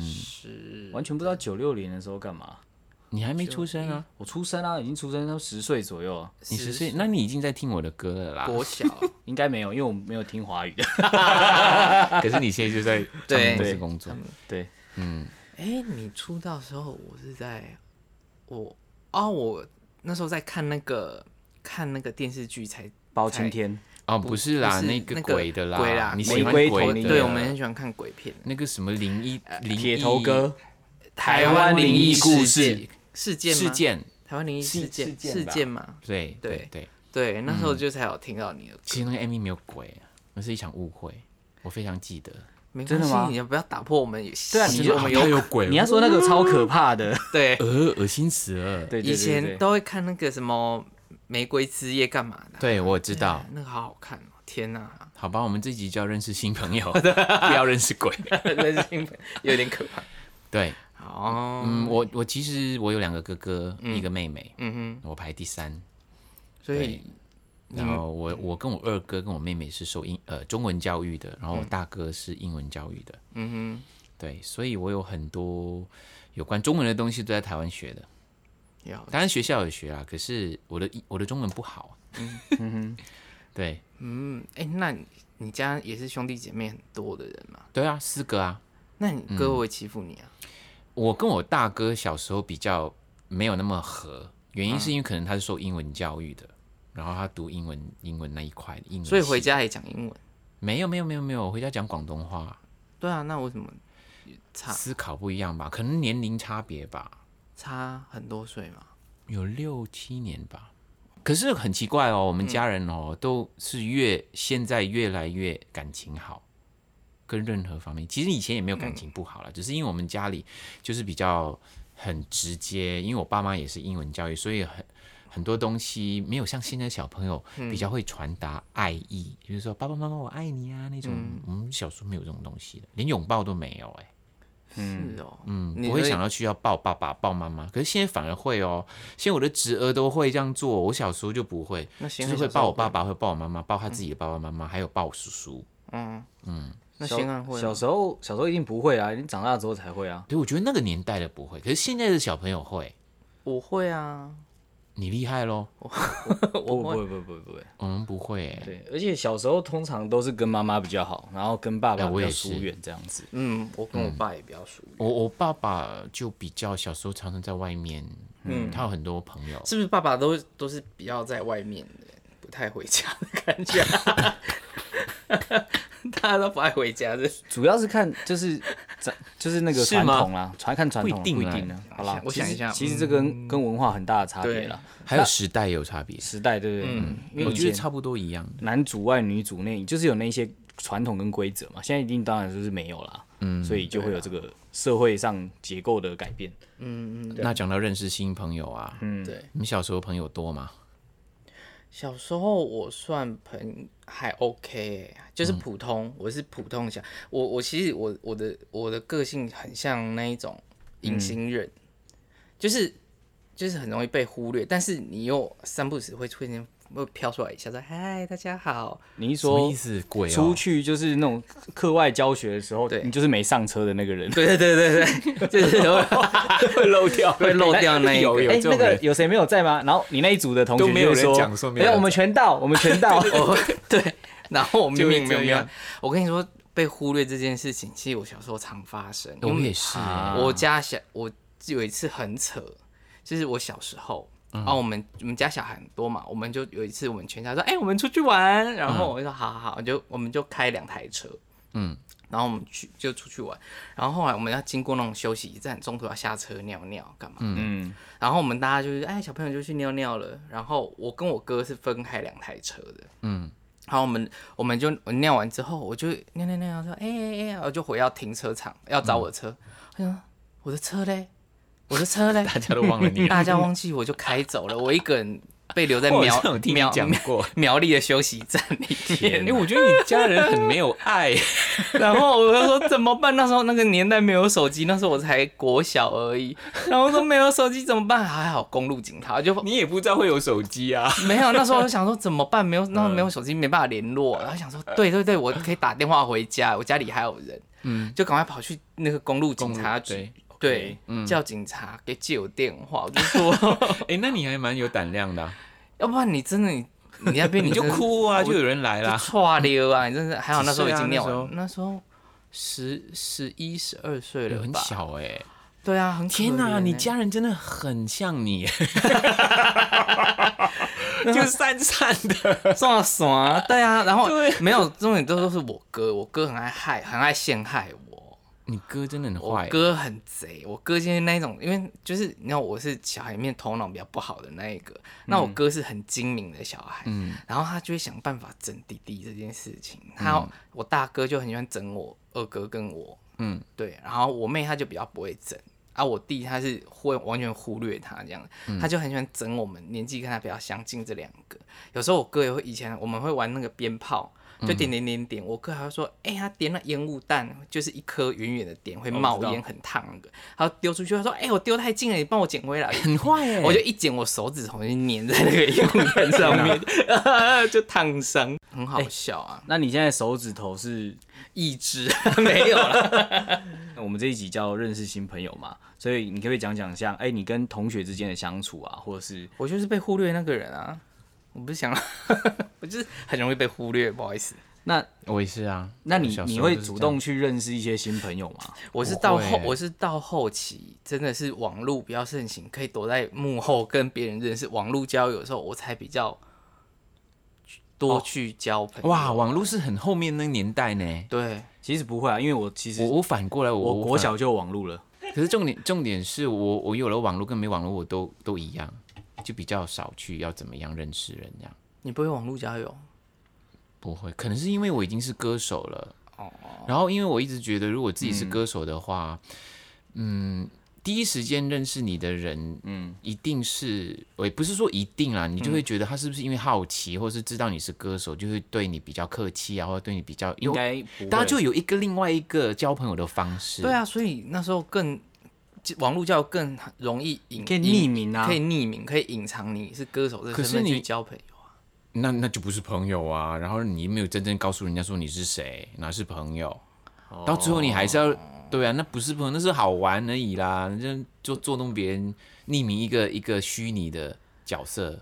[SPEAKER 4] 是
[SPEAKER 2] 完全不知道九六年的时候干嘛。
[SPEAKER 3] 你还没出生啊？
[SPEAKER 2] 我出生啊，已经出生，都十岁左右啊，
[SPEAKER 3] 你十岁，那你已经在听我的歌了啦。
[SPEAKER 4] 国 小，
[SPEAKER 2] 应该没有，因为我没有听华语的。
[SPEAKER 3] 可是你现在就在唱
[SPEAKER 4] 对
[SPEAKER 3] 公司
[SPEAKER 2] 对
[SPEAKER 3] 工作，
[SPEAKER 2] 对，
[SPEAKER 4] 哎、你出道的时候，我是在我哦，我那时候在看那个看那个电视剧才
[SPEAKER 2] 包青天，
[SPEAKER 3] 哦，不是啦，
[SPEAKER 4] 不是
[SPEAKER 3] 那
[SPEAKER 4] 那
[SPEAKER 3] 个
[SPEAKER 4] 个
[SPEAKER 3] 鬼的
[SPEAKER 4] 鬼啦
[SPEAKER 3] 啦，你喜欢
[SPEAKER 2] 玫瑰
[SPEAKER 3] 鬼
[SPEAKER 2] 童
[SPEAKER 3] 的，
[SPEAKER 2] 林
[SPEAKER 4] 对我们很喜欢看鬼片，
[SPEAKER 3] 那个什么灵异灵异
[SPEAKER 2] 铁头哥，
[SPEAKER 4] 台湾灵异
[SPEAKER 2] 故
[SPEAKER 3] 事
[SPEAKER 2] 事
[SPEAKER 3] 件
[SPEAKER 4] 事件吗
[SPEAKER 3] 事件，
[SPEAKER 4] 台湾灵异
[SPEAKER 2] 事
[SPEAKER 4] 事件
[SPEAKER 2] 事件吧
[SPEAKER 4] 嘛，
[SPEAKER 3] 对对
[SPEAKER 4] 对
[SPEAKER 3] 对，
[SPEAKER 4] 对，那时
[SPEAKER 3] 嗯
[SPEAKER 4] 候就才有听到你的，
[SPEAKER 3] 其实那个 MV 没有鬼，那是一场误会，我非常记得。
[SPEAKER 4] 没
[SPEAKER 2] 真
[SPEAKER 4] 关
[SPEAKER 2] 的
[SPEAKER 4] 系，
[SPEAKER 2] 吗
[SPEAKER 4] 你不要打破我们，
[SPEAKER 2] 对啊
[SPEAKER 4] 其
[SPEAKER 2] 你
[SPEAKER 4] 实
[SPEAKER 2] 就
[SPEAKER 4] 我们
[SPEAKER 3] 啊太
[SPEAKER 4] 有
[SPEAKER 3] 鬼了
[SPEAKER 2] 你要说那个超可怕的，
[SPEAKER 4] 对，
[SPEAKER 3] 呃，恶心死了。
[SPEAKER 2] 对，对
[SPEAKER 4] 以
[SPEAKER 2] 对
[SPEAKER 4] 前
[SPEAKER 2] 对
[SPEAKER 4] 都会看那个什么玫瑰之夜干嘛的，
[SPEAKER 3] 对，我知道。
[SPEAKER 4] 那个好好看哦，天哪、
[SPEAKER 3] 好吧，我们这集就要认识新朋友，不要认识鬼。
[SPEAKER 4] 人心有点可怕。
[SPEAKER 3] 对，
[SPEAKER 4] 哦，
[SPEAKER 3] 嗯，我我其实我有两个哥哥，一个妹妹，
[SPEAKER 4] 嗯
[SPEAKER 3] 我排第三。
[SPEAKER 4] 哼，所以
[SPEAKER 3] 然后我我跟我二哥跟我妹妹是受英呃中文教育的，然后我大哥是英文教育的。
[SPEAKER 4] 嗯
[SPEAKER 3] 对，所以我有很多有关中文的东西都在台湾学的。
[SPEAKER 4] 哼，要
[SPEAKER 3] 当然学校有学啦，可是我的我的中文不好。
[SPEAKER 2] 嗯
[SPEAKER 3] 对
[SPEAKER 4] 嗯，哎、那你你家也是兄弟姐妹很多的人嘛？
[SPEAKER 3] 对啊，四个啊。
[SPEAKER 4] 那你哥会不会欺负你啊？
[SPEAKER 3] 嗯我跟我大哥小时候比较没有那么合，原因是因为可能他是受英文教育的，然后他读英文英文那一块，英文系。
[SPEAKER 4] 所以回家也讲英文。
[SPEAKER 3] 没有没有没有没有，我回家讲广东话，
[SPEAKER 4] 对啊，那为什么差
[SPEAKER 3] 思考不一样吧？可能年龄差别吧，
[SPEAKER 4] 差很多岁嘛？
[SPEAKER 3] 有六七年吧。可是很奇怪哦，我们家人哦、都是越现在越来越感情好，跟任何方面，其实以前也没有感情不好了，只是因为我们家里就是比较很直接，因为我爸妈也是英文教育，所以很很多东西没有像现在小朋友比较会传达爱意，比如说爸爸妈妈我爱你啊那种，我们小时候没有这种东西的，连拥抱都没有哎、
[SPEAKER 4] 是哦，
[SPEAKER 3] 嗯，
[SPEAKER 4] 你
[SPEAKER 3] 不会
[SPEAKER 4] 会
[SPEAKER 3] 想到去要抱爸爸、抱妈妈，可是现在反而会哦。现在我的侄儿都会这样做，我小时候就不会，
[SPEAKER 4] 那
[SPEAKER 3] 就
[SPEAKER 4] 行
[SPEAKER 3] 是
[SPEAKER 4] 恩
[SPEAKER 3] 会
[SPEAKER 4] 小时候
[SPEAKER 3] 抱我爸，爸，会抱我妈妈，抱他自己的爸爸妈妈，还有抱我叔叔。
[SPEAKER 4] 嗯嗯，那行安会
[SPEAKER 2] 小
[SPEAKER 4] 吗
[SPEAKER 2] 时候小时候一定不会啊，你长大之后才会啊。
[SPEAKER 3] 对，我觉得那个年代的不会，可是现在的小朋友会。
[SPEAKER 4] 我会啊，
[SPEAKER 3] 你厉害喽。
[SPEAKER 2] 不不不不不不会，
[SPEAKER 3] 我们不会欸耶、
[SPEAKER 2] 对，而且小时候通常都是跟妈妈比较好，然后跟爸爸
[SPEAKER 3] 哎
[SPEAKER 2] 比
[SPEAKER 3] 我
[SPEAKER 2] 较
[SPEAKER 3] 也
[SPEAKER 2] 疏
[SPEAKER 3] 是
[SPEAKER 2] 远这样子。
[SPEAKER 4] 嗯，我跟我爸也比较熟，
[SPEAKER 3] 我我爸爸就比较小时候常常在外面，嗯，他有很多朋友，
[SPEAKER 4] 是不是？爸爸都都是比较在外面的，不太回家的感觉， 大家都不爱回家的。
[SPEAKER 2] 主要是看就是这 就是那个
[SPEAKER 3] 是
[SPEAKER 2] 传
[SPEAKER 3] 吗
[SPEAKER 2] 统啦，传看传统
[SPEAKER 3] 不一定
[SPEAKER 2] 不一
[SPEAKER 3] 啊
[SPEAKER 2] 定呢。好啦，
[SPEAKER 4] 我想
[SPEAKER 2] 其实
[SPEAKER 4] 一下嗯
[SPEAKER 2] 其实这跟跟文化很大的差别
[SPEAKER 4] 对
[SPEAKER 2] 啦，
[SPEAKER 3] 还有时代有差别，
[SPEAKER 2] 时代对不对？嗯，因为
[SPEAKER 3] 我
[SPEAKER 2] 以
[SPEAKER 3] 觉得
[SPEAKER 2] 前
[SPEAKER 3] 差不多一样。
[SPEAKER 2] 男主外女主内，就是有那些传统跟规则嘛，现在一定当然就是没有啦，嗯，所以就会有这个社会上结构的改变。
[SPEAKER 4] 嗯嗯，
[SPEAKER 3] 那讲到认识新朋友啊，
[SPEAKER 4] 嗯，对。
[SPEAKER 3] 你们小时候朋友多吗？
[SPEAKER 4] 小时候我算朋还 OK，欸、就是
[SPEAKER 3] 嗯
[SPEAKER 4] 普通，我是普通型。我我其实我我的我的个性很像那一种
[SPEAKER 3] 嗯
[SPEAKER 4] 隐形人，就是就是很容易被忽略，但是你又三不时会出现会飘出来一下说嗨大家好，
[SPEAKER 2] 你一
[SPEAKER 3] 什么
[SPEAKER 2] 说
[SPEAKER 3] 意思？鬼
[SPEAKER 2] 出
[SPEAKER 3] 哦！
[SPEAKER 2] 去就是那种课外教学的时候，
[SPEAKER 4] 对
[SPEAKER 2] 你就是没上车的那个 人，
[SPEAKER 4] 对对对对对， 就是会
[SPEAKER 2] 会漏掉，
[SPEAKER 4] 会漏掉那一
[SPEAKER 3] 有
[SPEAKER 4] 个。
[SPEAKER 2] 哎，
[SPEAKER 3] 这
[SPEAKER 2] 那
[SPEAKER 3] 种
[SPEAKER 2] 个
[SPEAKER 3] 人
[SPEAKER 2] 有谁没有在吗？然后你那一组的同学
[SPEAKER 3] 都没有
[SPEAKER 2] 就会说
[SPEAKER 3] 人讲说没有
[SPEAKER 2] 哎，
[SPEAKER 3] 人
[SPEAKER 2] 我们全到，我们全 到，
[SPEAKER 4] 我对，然后我明
[SPEAKER 3] 就会
[SPEAKER 4] 明没有
[SPEAKER 3] 这
[SPEAKER 4] 没有
[SPEAKER 3] 样，
[SPEAKER 4] 我跟你说被忽略这件事情，其实我小时候常发生，因
[SPEAKER 3] 哦我
[SPEAKER 4] 为
[SPEAKER 3] 也是欸
[SPEAKER 2] 啊
[SPEAKER 4] 我家小我有一次很扯，就是我小时候，
[SPEAKER 2] 嗯
[SPEAKER 4] 然后我们我们家小孩很多嘛，我们就有一次我们全家说，哎、我们出去玩，然
[SPEAKER 2] 嗯
[SPEAKER 4] 后我就说好好好，我就我们就开两台车，
[SPEAKER 3] 嗯，
[SPEAKER 4] 然后我们去就出去玩，然后后来我们要经过那种休息站，中途要下车尿尿干嘛？
[SPEAKER 2] 嗯，
[SPEAKER 4] 然后我们大家就是哎小朋友就去尿尿了，然后我跟我哥是分开两台车的，
[SPEAKER 3] 嗯，
[SPEAKER 4] 然后我们我们就我尿完之后，我就尿尿尿说，哎哎哎，我就回到停车场要找我的车，
[SPEAKER 3] 嗯
[SPEAKER 4] 我想我的车嘞，我的车嘞，
[SPEAKER 3] 大家都忘了 你了。
[SPEAKER 4] 大家忘记我就开走了，我一个人被留 在
[SPEAKER 3] 我好
[SPEAKER 4] 苗
[SPEAKER 3] 像有听你
[SPEAKER 4] 苗
[SPEAKER 3] 讲过。
[SPEAKER 4] 苗栗的休息站里 面
[SPEAKER 3] 哎、。 我觉得你家人很没有 爱，
[SPEAKER 4] 然后我就说怎么办？那时候那个年代没有手机，那时候我才国小而已。然后我说没有手机怎么办？还好公路警察就
[SPEAKER 3] 你也不知道会有手机 啊。
[SPEAKER 4] 没有。那时候我 就想说怎么办？没有，
[SPEAKER 3] 嗯
[SPEAKER 4] 那时候没有手机没办法联络。然后想说对对对，我可以打电话回家，我家里还有人。嗯，就赶快跑去那个公路警察局，对，
[SPEAKER 3] 嗯
[SPEAKER 4] 叫警察给借我电话。我就 说，
[SPEAKER 3] 哎、那你还蛮有胆量的啊、
[SPEAKER 4] 要不然你真的你你那边
[SPEAKER 3] 你就
[SPEAKER 4] 真的
[SPEAKER 3] 哭啊，
[SPEAKER 4] 我
[SPEAKER 3] 就有人来啦
[SPEAKER 4] 就。错溜啊！你真是还好，那时候已经尿
[SPEAKER 3] 几岁啊
[SPEAKER 4] 完，那时候十十一十二岁
[SPEAKER 3] 哎
[SPEAKER 4] 了
[SPEAKER 3] 很
[SPEAKER 4] 吧？
[SPEAKER 3] 小哎、
[SPEAKER 4] 对啊，很可
[SPEAKER 3] 天
[SPEAKER 4] 怜
[SPEAKER 3] 哪、
[SPEAKER 4] 欸
[SPEAKER 3] 你家人真的很像你， 就散散的。
[SPEAKER 4] 算什么啊？对啊，然后
[SPEAKER 3] 对
[SPEAKER 4] 没有重点都都是我哥，我哥很爱害，很爱陷害我。
[SPEAKER 3] 你哥真的很
[SPEAKER 4] 我
[SPEAKER 3] 坏、欸
[SPEAKER 4] 哥很贼，我哥就是那一种，因为就是你知道我是小孩里面头脑比较不好的那一个，那我哥是很精明的小孩，
[SPEAKER 3] 嗯
[SPEAKER 4] 然后他就会想办法整弟弟这件事情。他、我大哥就很喜欢整我二哥跟我，
[SPEAKER 3] 嗯，
[SPEAKER 4] 对，然后我妹她就比较不会整啊，我弟他是会完全忽略她这样，
[SPEAKER 2] 嗯
[SPEAKER 4] 他就很喜欢整我们年纪跟他比较相近这两个。有时候我哥也会，以前我们会玩那个鞭炮，
[SPEAKER 2] 嗯
[SPEAKER 4] 就点点点点，我哥还会说，哎、他点那烟雾弹，就是一颗远远的点会
[SPEAKER 2] 哦我
[SPEAKER 4] 冒
[SPEAKER 2] 知道
[SPEAKER 4] 烟很烫那个，然后丢出去，他说，哎、我丢太近了，你欸帮我捡回来。
[SPEAKER 3] 很坏哎、
[SPEAKER 4] 我就一剪，我手指头就粘在那个烟雾弹上面， 就烫伤，很
[SPEAKER 2] 哎
[SPEAKER 4] 好笑 啊！
[SPEAKER 2] 那你现在手指头是
[SPEAKER 4] 一只 没有了，
[SPEAKER 2] 我们这一集叫认识新朋友嘛，所以你可不可以讲讲像，哎、你跟同学之间的相处啊，或者是
[SPEAKER 4] 我就是被忽略那个人啊！我不是想， 我就是很容易被忽略，不好意思。
[SPEAKER 2] 那
[SPEAKER 3] 我也是啊。
[SPEAKER 2] 那
[SPEAKER 3] 我
[SPEAKER 2] 你
[SPEAKER 3] 小时
[SPEAKER 2] 你
[SPEAKER 3] 候
[SPEAKER 2] 会
[SPEAKER 3] 就是
[SPEAKER 2] 主
[SPEAKER 3] 这样
[SPEAKER 2] 动去认识一些新朋友吗？
[SPEAKER 4] 我是
[SPEAKER 3] 不
[SPEAKER 4] 到
[SPEAKER 3] 会
[SPEAKER 4] 后，
[SPEAKER 3] 欸
[SPEAKER 4] 我是到后期，真的是网络比较盛行，可以躲在幕后跟别人认识。网络交友的时候，我才比较多去交朋友。
[SPEAKER 3] 哇，网络是很后面那个年代呢。
[SPEAKER 4] 对，
[SPEAKER 2] 其实不会啊，因为我其实
[SPEAKER 3] 我我反过来，我
[SPEAKER 2] 我
[SPEAKER 3] 我
[SPEAKER 2] 国
[SPEAKER 3] 反
[SPEAKER 2] 小就有网路了，
[SPEAKER 3] 可是重点重点是我我有了网络跟没网络我都都一样，就比较少去要怎么样认识人这样。
[SPEAKER 4] 你不会网络交友，
[SPEAKER 3] 不会，可能是因为我已经是歌手了。
[SPEAKER 2] 哦
[SPEAKER 3] 然后因为我一直觉得，如果自己是歌手的话，嗯第一时间认识你的人，嗯，一定是，我也不是说一定啦，你就会觉得他是不是因为好奇，或是知道你是歌手，就会对你比较客气啊，或者对你比较
[SPEAKER 2] 应
[SPEAKER 3] 有，
[SPEAKER 2] 该不会
[SPEAKER 3] 大家就有一个另外一个交朋友的方式。
[SPEAKER 4] 对，啊，所以那时候更网络交友更容易隐，
[SPEAKER 2] 可以
[SPEAKER 4] 隐
[SPEAKER 2] 匿名啊，
[SPEAKER 4] 可以匿名，可以隐藏你是歌手这个
[SPEAKER 3] 可是
[SPEAKER 4] 身份去
[SPEAKER 3] 你
[SPEAKER 4] 交朋友啊。
[SPEAKER 3] 那那就不是朋友啊，然后你没有真正告诉人家说你是谁，哪是朋友，到最后你还是要，对啊，那不是朋友，那是好玩而已啦，就就做弄别人匿名一个一个虚拟的角色。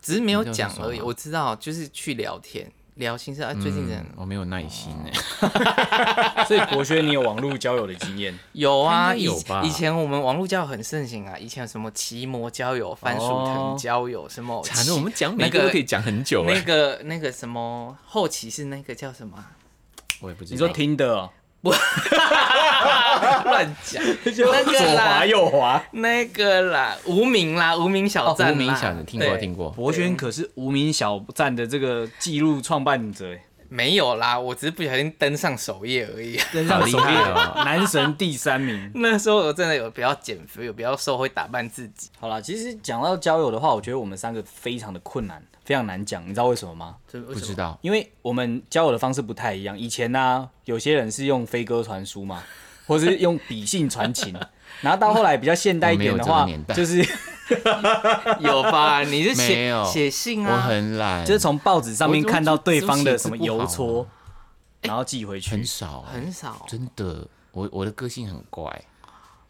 [SPEAKER 4] 只是没有
[SPEAKER 3] 你知道
[SPEAKER 4] 讲
[SPEAKER 3] 是什么
[SPEAKER 4] 而已。
[SPEAKER 3] 吗
[SPEAKER 4] 我知道，就是去聊天聊心事啊，最近人、
[SPEAKER 3] 嗯我没有耐心哎、
[SPEAKER 2] 所以博轩，你有网络交友的 经验？
[SPEAKER 4] 有啊，
[SPEAKER 3] 应该
[SPEAKER 4] 以
[SPEAKER 3] 有吧
[SPEAKER 4] 以前我们网络交友很盛行啊，以前有什么骑摩交友、番薯藤交友，什么
[SPEAKER 3] 哦惨了，我们讲每
[SPEAKER 4] 那
[SPEAKER 3] 一个
[SPEAKER 4] 个
[SPEAKER 3] 都可以讲很久哎、
[SPEAKER 4] 那个那个什么后期是那个叫 什么啊、
[SPEAKER 3] 我也不知道。
[SPEAKER 2] 你说听的、哦，
[SPEAKER 4] 乱讲
[SPEAKER 2] 左
[SPEAKER 3] 啊
[SPEAKER 4] 那个
[SPEAKER 2] 滑
[SPEAKER 4] 啦，
[SPEAKER 2] 右滑。
[SPEAKER 4] 那个啦，无名啦，无名小站啦，
[SPEAKER 3] 哦无名小听过
[SPEAKER 4] 对
[SPEAKER 3] 听过，
[SPEAKER 2] 博轩可是无名小站的这个记录创办者欸，
[SPEAKER 4] 没有啦，我只是不小心登上首页而已。
[SPEAKER 2] 登
[SPEAKER 3] 好厉害哦！
[SPEAKER 2] 男神第三名。
[SPEAKER 4] 那时候我真的有比较减肥，有比较瘦，会打扮自己。
[SPEAKER 2] 好啦，其实讲到交友的话，我觉得我们三个非常的困难，非常难讲，你知道为什么吗？
[SPEAKER 4] 不
[SPEAKER 3] 不知道
[SPEAKER 2] 因为我们交友的方式不太一样。以前呢、啊有些人是用飞鸽传书嘛，或是用笔信传情，然后到后来比较现代一点的
[SPEAKER 3] 我
[SPEAKER 2] 话
[SPEAKER 3] 哦没有这个年，代
[SPEAKER 2] 就是
[SPEAKER 4] 有 吧？你是
[SPEAKER 3] 没
[SPEAKER 4] 写
[SPEAKER 3] 有
[SPEAKER 4] 写信
[SPEAKER 3] 我
[SPEAKER 4] 啊？
[SPEAKER 3] 很懒，
[SPEAKER 2] 就是从报纸上面
[SPEAKER 3] 我
[SPEAKER 2] 看到对
[SPEAKER 3] 我
[SPEAKER 2] 方的
[SPEAKER 3] 手写
[SPEAKER 2] 什么
[SPEAKER 3] 字不好
[SPEAKER 2] 邮戳
[SPEAKER 3] 啊，
[SPEAKER 2] 然后寄回去
[SPEAKER 3] 很。少欸、
[SPEAKER 4] 很少啊
[SPEAKER 3] 真的，我我的个性很怪，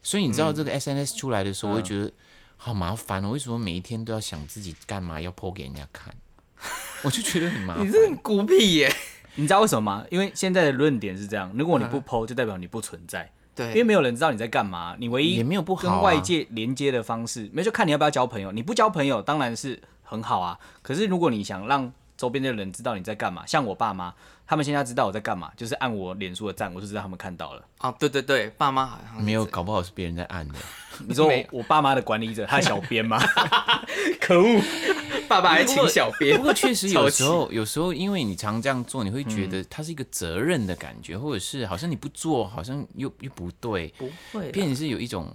[SPEAKER 3] 所以你知
[SPEAKER 4] 嗯
[SPEAKER 3] 道这个 SNS 出来的时候，我就觉得好麻烦哦。为什么每一天都要想自己干嘛要 po 给人家看？ 我就觉得很麻烦
[SPEAKER 4] 你。是很孤僻耶。
[SPEAKER 2] 你知道为什么吗？因为现在的论点是这样：如果你
[SPEAKER 3] 嗯
[SPEAKER 2] 不剖，就代表你不存在，因为
[SPEAKER 4] 对，
[SPEAKER 2] 没有人知道你在干嘛。你唯一
[SPEAKER 3] 哎也没有不好啊
[SPEAKER 2] 跟外界连接的方式，没就看你要不要交朋友。你不交朋友当然是很好啊，可是如果你想让周边的人知道你在干嘛，像我爸妈，他们现在知道我在干嘛，就是按我脸书的赞，我就知道他们看 到了。
[SPEAKER 4] 哦，对对对，爸妈好像是
[SPEAKER 3] 没有，
[SPEAKER 4] 这
[SPEAKER 3] 搞不好是别人在按的。
[SPEAKER 2] 你说
[SPEAKER 4] 没有
[SPEAKER 2] 我我爸妈的管理者，他的小 编吗？可恶！
[SPEAKER 4] 样，爸爸还请小编
[SPEAKER 3] 不。过确实
[SPEAKER 4] 超嗯
[SPEAKER 3] 有
[SPEAKER 4] 级
[SPEAKER 3] 时候，有时候因为你常这样做，你会觉得它是一个责任的感觉，或者是好像你不做，好像又又不对，
[SPEAKER 4] 不会
[SPEAKER 3] 变
[SPEAKER 4] 啦，
[SPEAKER 3] 成是有一种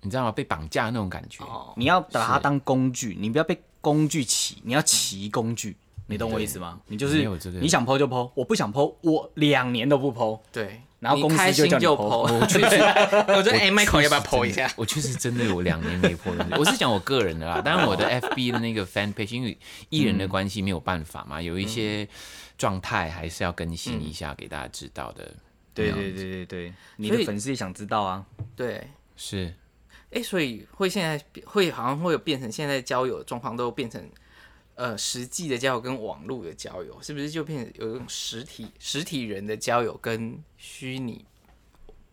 [SPEAKER 3] 你知道吗？被绑架那种感觉。
[SPEAKER 4] 哦
[SPEAKER 2] 你要把它当工具，你不要被工具骑，你要骑工具，你懂我意思吗？你就
[SPEAKER 3] 没
[SPEAKER 2] 是
[SPEAKER 3] 有这个
[SPEAKER 2] 你想剖就剖，我不想剖，我两年都不剖，
[SPEAKER 4] 对，
[SPEAKER 2] 然后
[SPEAKER 4] 你
[SPEAKER 2] 公司
[SPEAKER 4] 开
[SPEAKER 2] 就
[SPEAKER 4] 心
[SPEAKER 2] 叫你
[SPEAKER 4] 就
[SPEAKER 2] 剖
[SPEAKER 4] po 我觉得哎，Michael 要不要
[SPEAKER 3] 剖
[SPEAKER 4] po 一下？
[SPEAKER 3] 我确实真的有两年没剖东西，我是讲我个人的啦。当然 我的 FB 的那个 fan page，因为艺人的关系没有办法嘛，有一
[SPEAKER 4] 嗯
[SPEAKER 3] 些状态还是要更新一下给大家知道的。
[SPEAKER 2] 对对对对对，你
[SPEAKER 4] 所
[SPEAKER 2] 的
[SPEAKER 4] 以
[SPEAKER 2] 粉丝也想知道啊。
[SPEAKER 4] 对，
[SPEAKER 3] 是
[SPEAKER 4] 哎，所以会现在会好像会有变成现在交友的状况都变成。呃，实际的交友跟网络的交友，是不是就变成有一种实体实体人的交友跟虚拟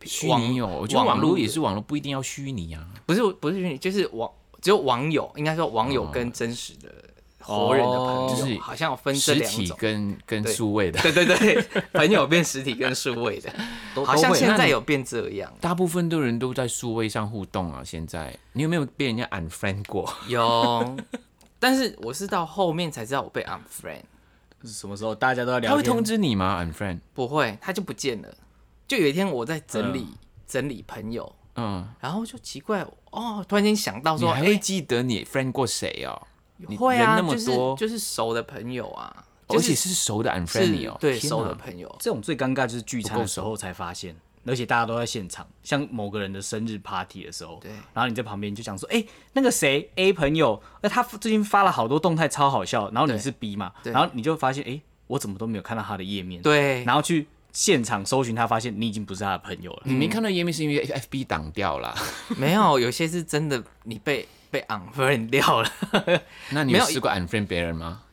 [SPEAKER 3] 虚拟有，我觉得
[SPEAKER 4] 网
[SPEAKER 3] 网络
[SPEAKER 4] 的
[SPEAKER 3] 也是网络，不一定要虚拟啊。
[SPEAKER 4] 不是不是虚拟，就是网只有网友，应该说网友跟真实的活人的朋友，
[SPEAKER 2] 哦
[SPEAKER 3] 就是
[SPEAKER 4] 好像有分这
[SPEAKER 3] 实
[SPEAKER 4] 两
[SPEAKER 3] 体
[SPEAKER 4] 种。
[SPEAKER 3] 跟跟
[SPEAKER 4] 对
[SPEAKER 3] 数位的，
[SPEAKER 4] 对对对，朋友变实体跟数位 的，
[SPEAKER 2] 都
[SPEAKER 4] 好像
[SPEAKER 2] 都会
[SPEAKER 4] 现在有变这样。
[SPEAKER 3] 大部分的人都在数位上互动啊。现在你有没有被人家 unfriend 过？
[SPEAKER 4] 有， 但是我是到后面才知道我被 unfriend，
[SPEAKER 2] 什么时候大家都要
[SPEAKER 3] 他
[SPEAKER 2] 聊
[SPEAKER 3] 会通
[SPEAKER 2] 天？
[SPEAKER 3] 知你吗？unfriend？
[SPEAKER 4] 不会，他就不见了。就有一天我在整理、整理朋友，
[SPEAKER 3] 嗯，
[SPEAKER 4] 然后就奇怪哦，突然间想到
[SPEAKER 3] 你
[SPEAKER 4] 说，
[SPEAKER 3] 还
[SPEAKER 4] 哎、
[SPEAKER 3] 会记得你 friend 过谁哦？你
[SPEAKER 4] 会啊，
[SPEAKER 3] 人那么多
[SPEAKER 4] 就是就是熟的朋友啊，
[SPEAKER 3] 而
[SPEAKER 4] 就是
[SPEAKER 3] 且是熟的 unfriend 你
[SPEAKER 4] 是
[SPEAKER 3] 哦，
[SPEAKER 4] 对
[SPEAKER 3] 天
[SPEAKER 4] 熟的
[SPEAKER 3] 哪
[SPEAKER 4] 朋友，
[SPEAKER 2] 这种最尴尬就是聚餐
[SPEAKER 3] 不
[SPEAKER 2] 的
[SPEAKER 3] 够
[SPEAKER 2] 时候才发现，而且大家都在现场，像某个人的生日 party 的时候，
[SPEAKER 4] 对
[SPEAKER 2] 然后你在旁边就想说，哎、那个谁 A 朋友，那他最近发了好多动态，超好笑，然后你是 B 嘛，
[SPEAKER 4] 对
[SPEAKER 2] 然后你就发现，哎、我怎么都没有看到他的页面，，
[SPEAKER 4] 对，
[SPEAKER 2] 然后去现场搜寻他，发现你已经不是他的朋友了。
[SPEAKER 3] 你没看到页面是因为 FB 挡掉了，
[SPEAKER 4] 没有，有些是真的，你被被 unfriend 掉了。
[SPEAKER 3] 那你
[SPEAKER 4] 没
[SPEAKER 3] 有
[SPEAKER 4] 有
[SPEAKER 3] 试过 unfriend 别人吗？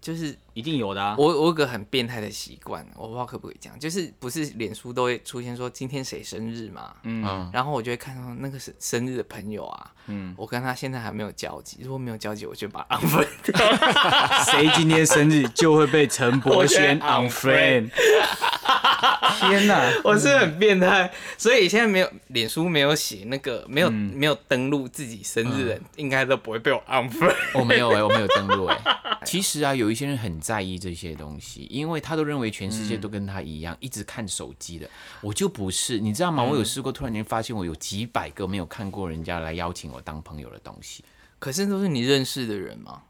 [SPEAKER 4] 就是
[SPEAKER 2] 一定有的啊！
[SPEAKER 4] 我我有个很变态的习惯，我不知道可不可以讲，就是不是脸书都会出现说今天谁生日嘛，
[SPEAKER 3] 嗯，
[SPEAKER 4] 然后我就会看到那个生生日的朋友啊，嗯，我跟他现在还没有交集，如果没有交集，我就把他 unfriend 掉。
[SPEAKER 2] 谁今天生日就会被陈柏轩
[SPEAKER 4] 我
[SPEAKER 2] unfriend。天 哪！
[SPEAKER 4] 我是很变态，嗯所以现在没有脸书没有写那个没有、没有登录自己生日的人，应该都不会被我 unfriend。
[SPEAKER 3] 我没有哎、我没有登录哎、 其实啊，有一些人很在意这些东西，因为他都认为全世界都跟他一样，一直看手机的。我就不是，你知道吗？我有试过，突然间发现我有几百个没有看过人家来邀请我当朋友的东西，
[SPEAKER 4] 可是都是你认识的人吗？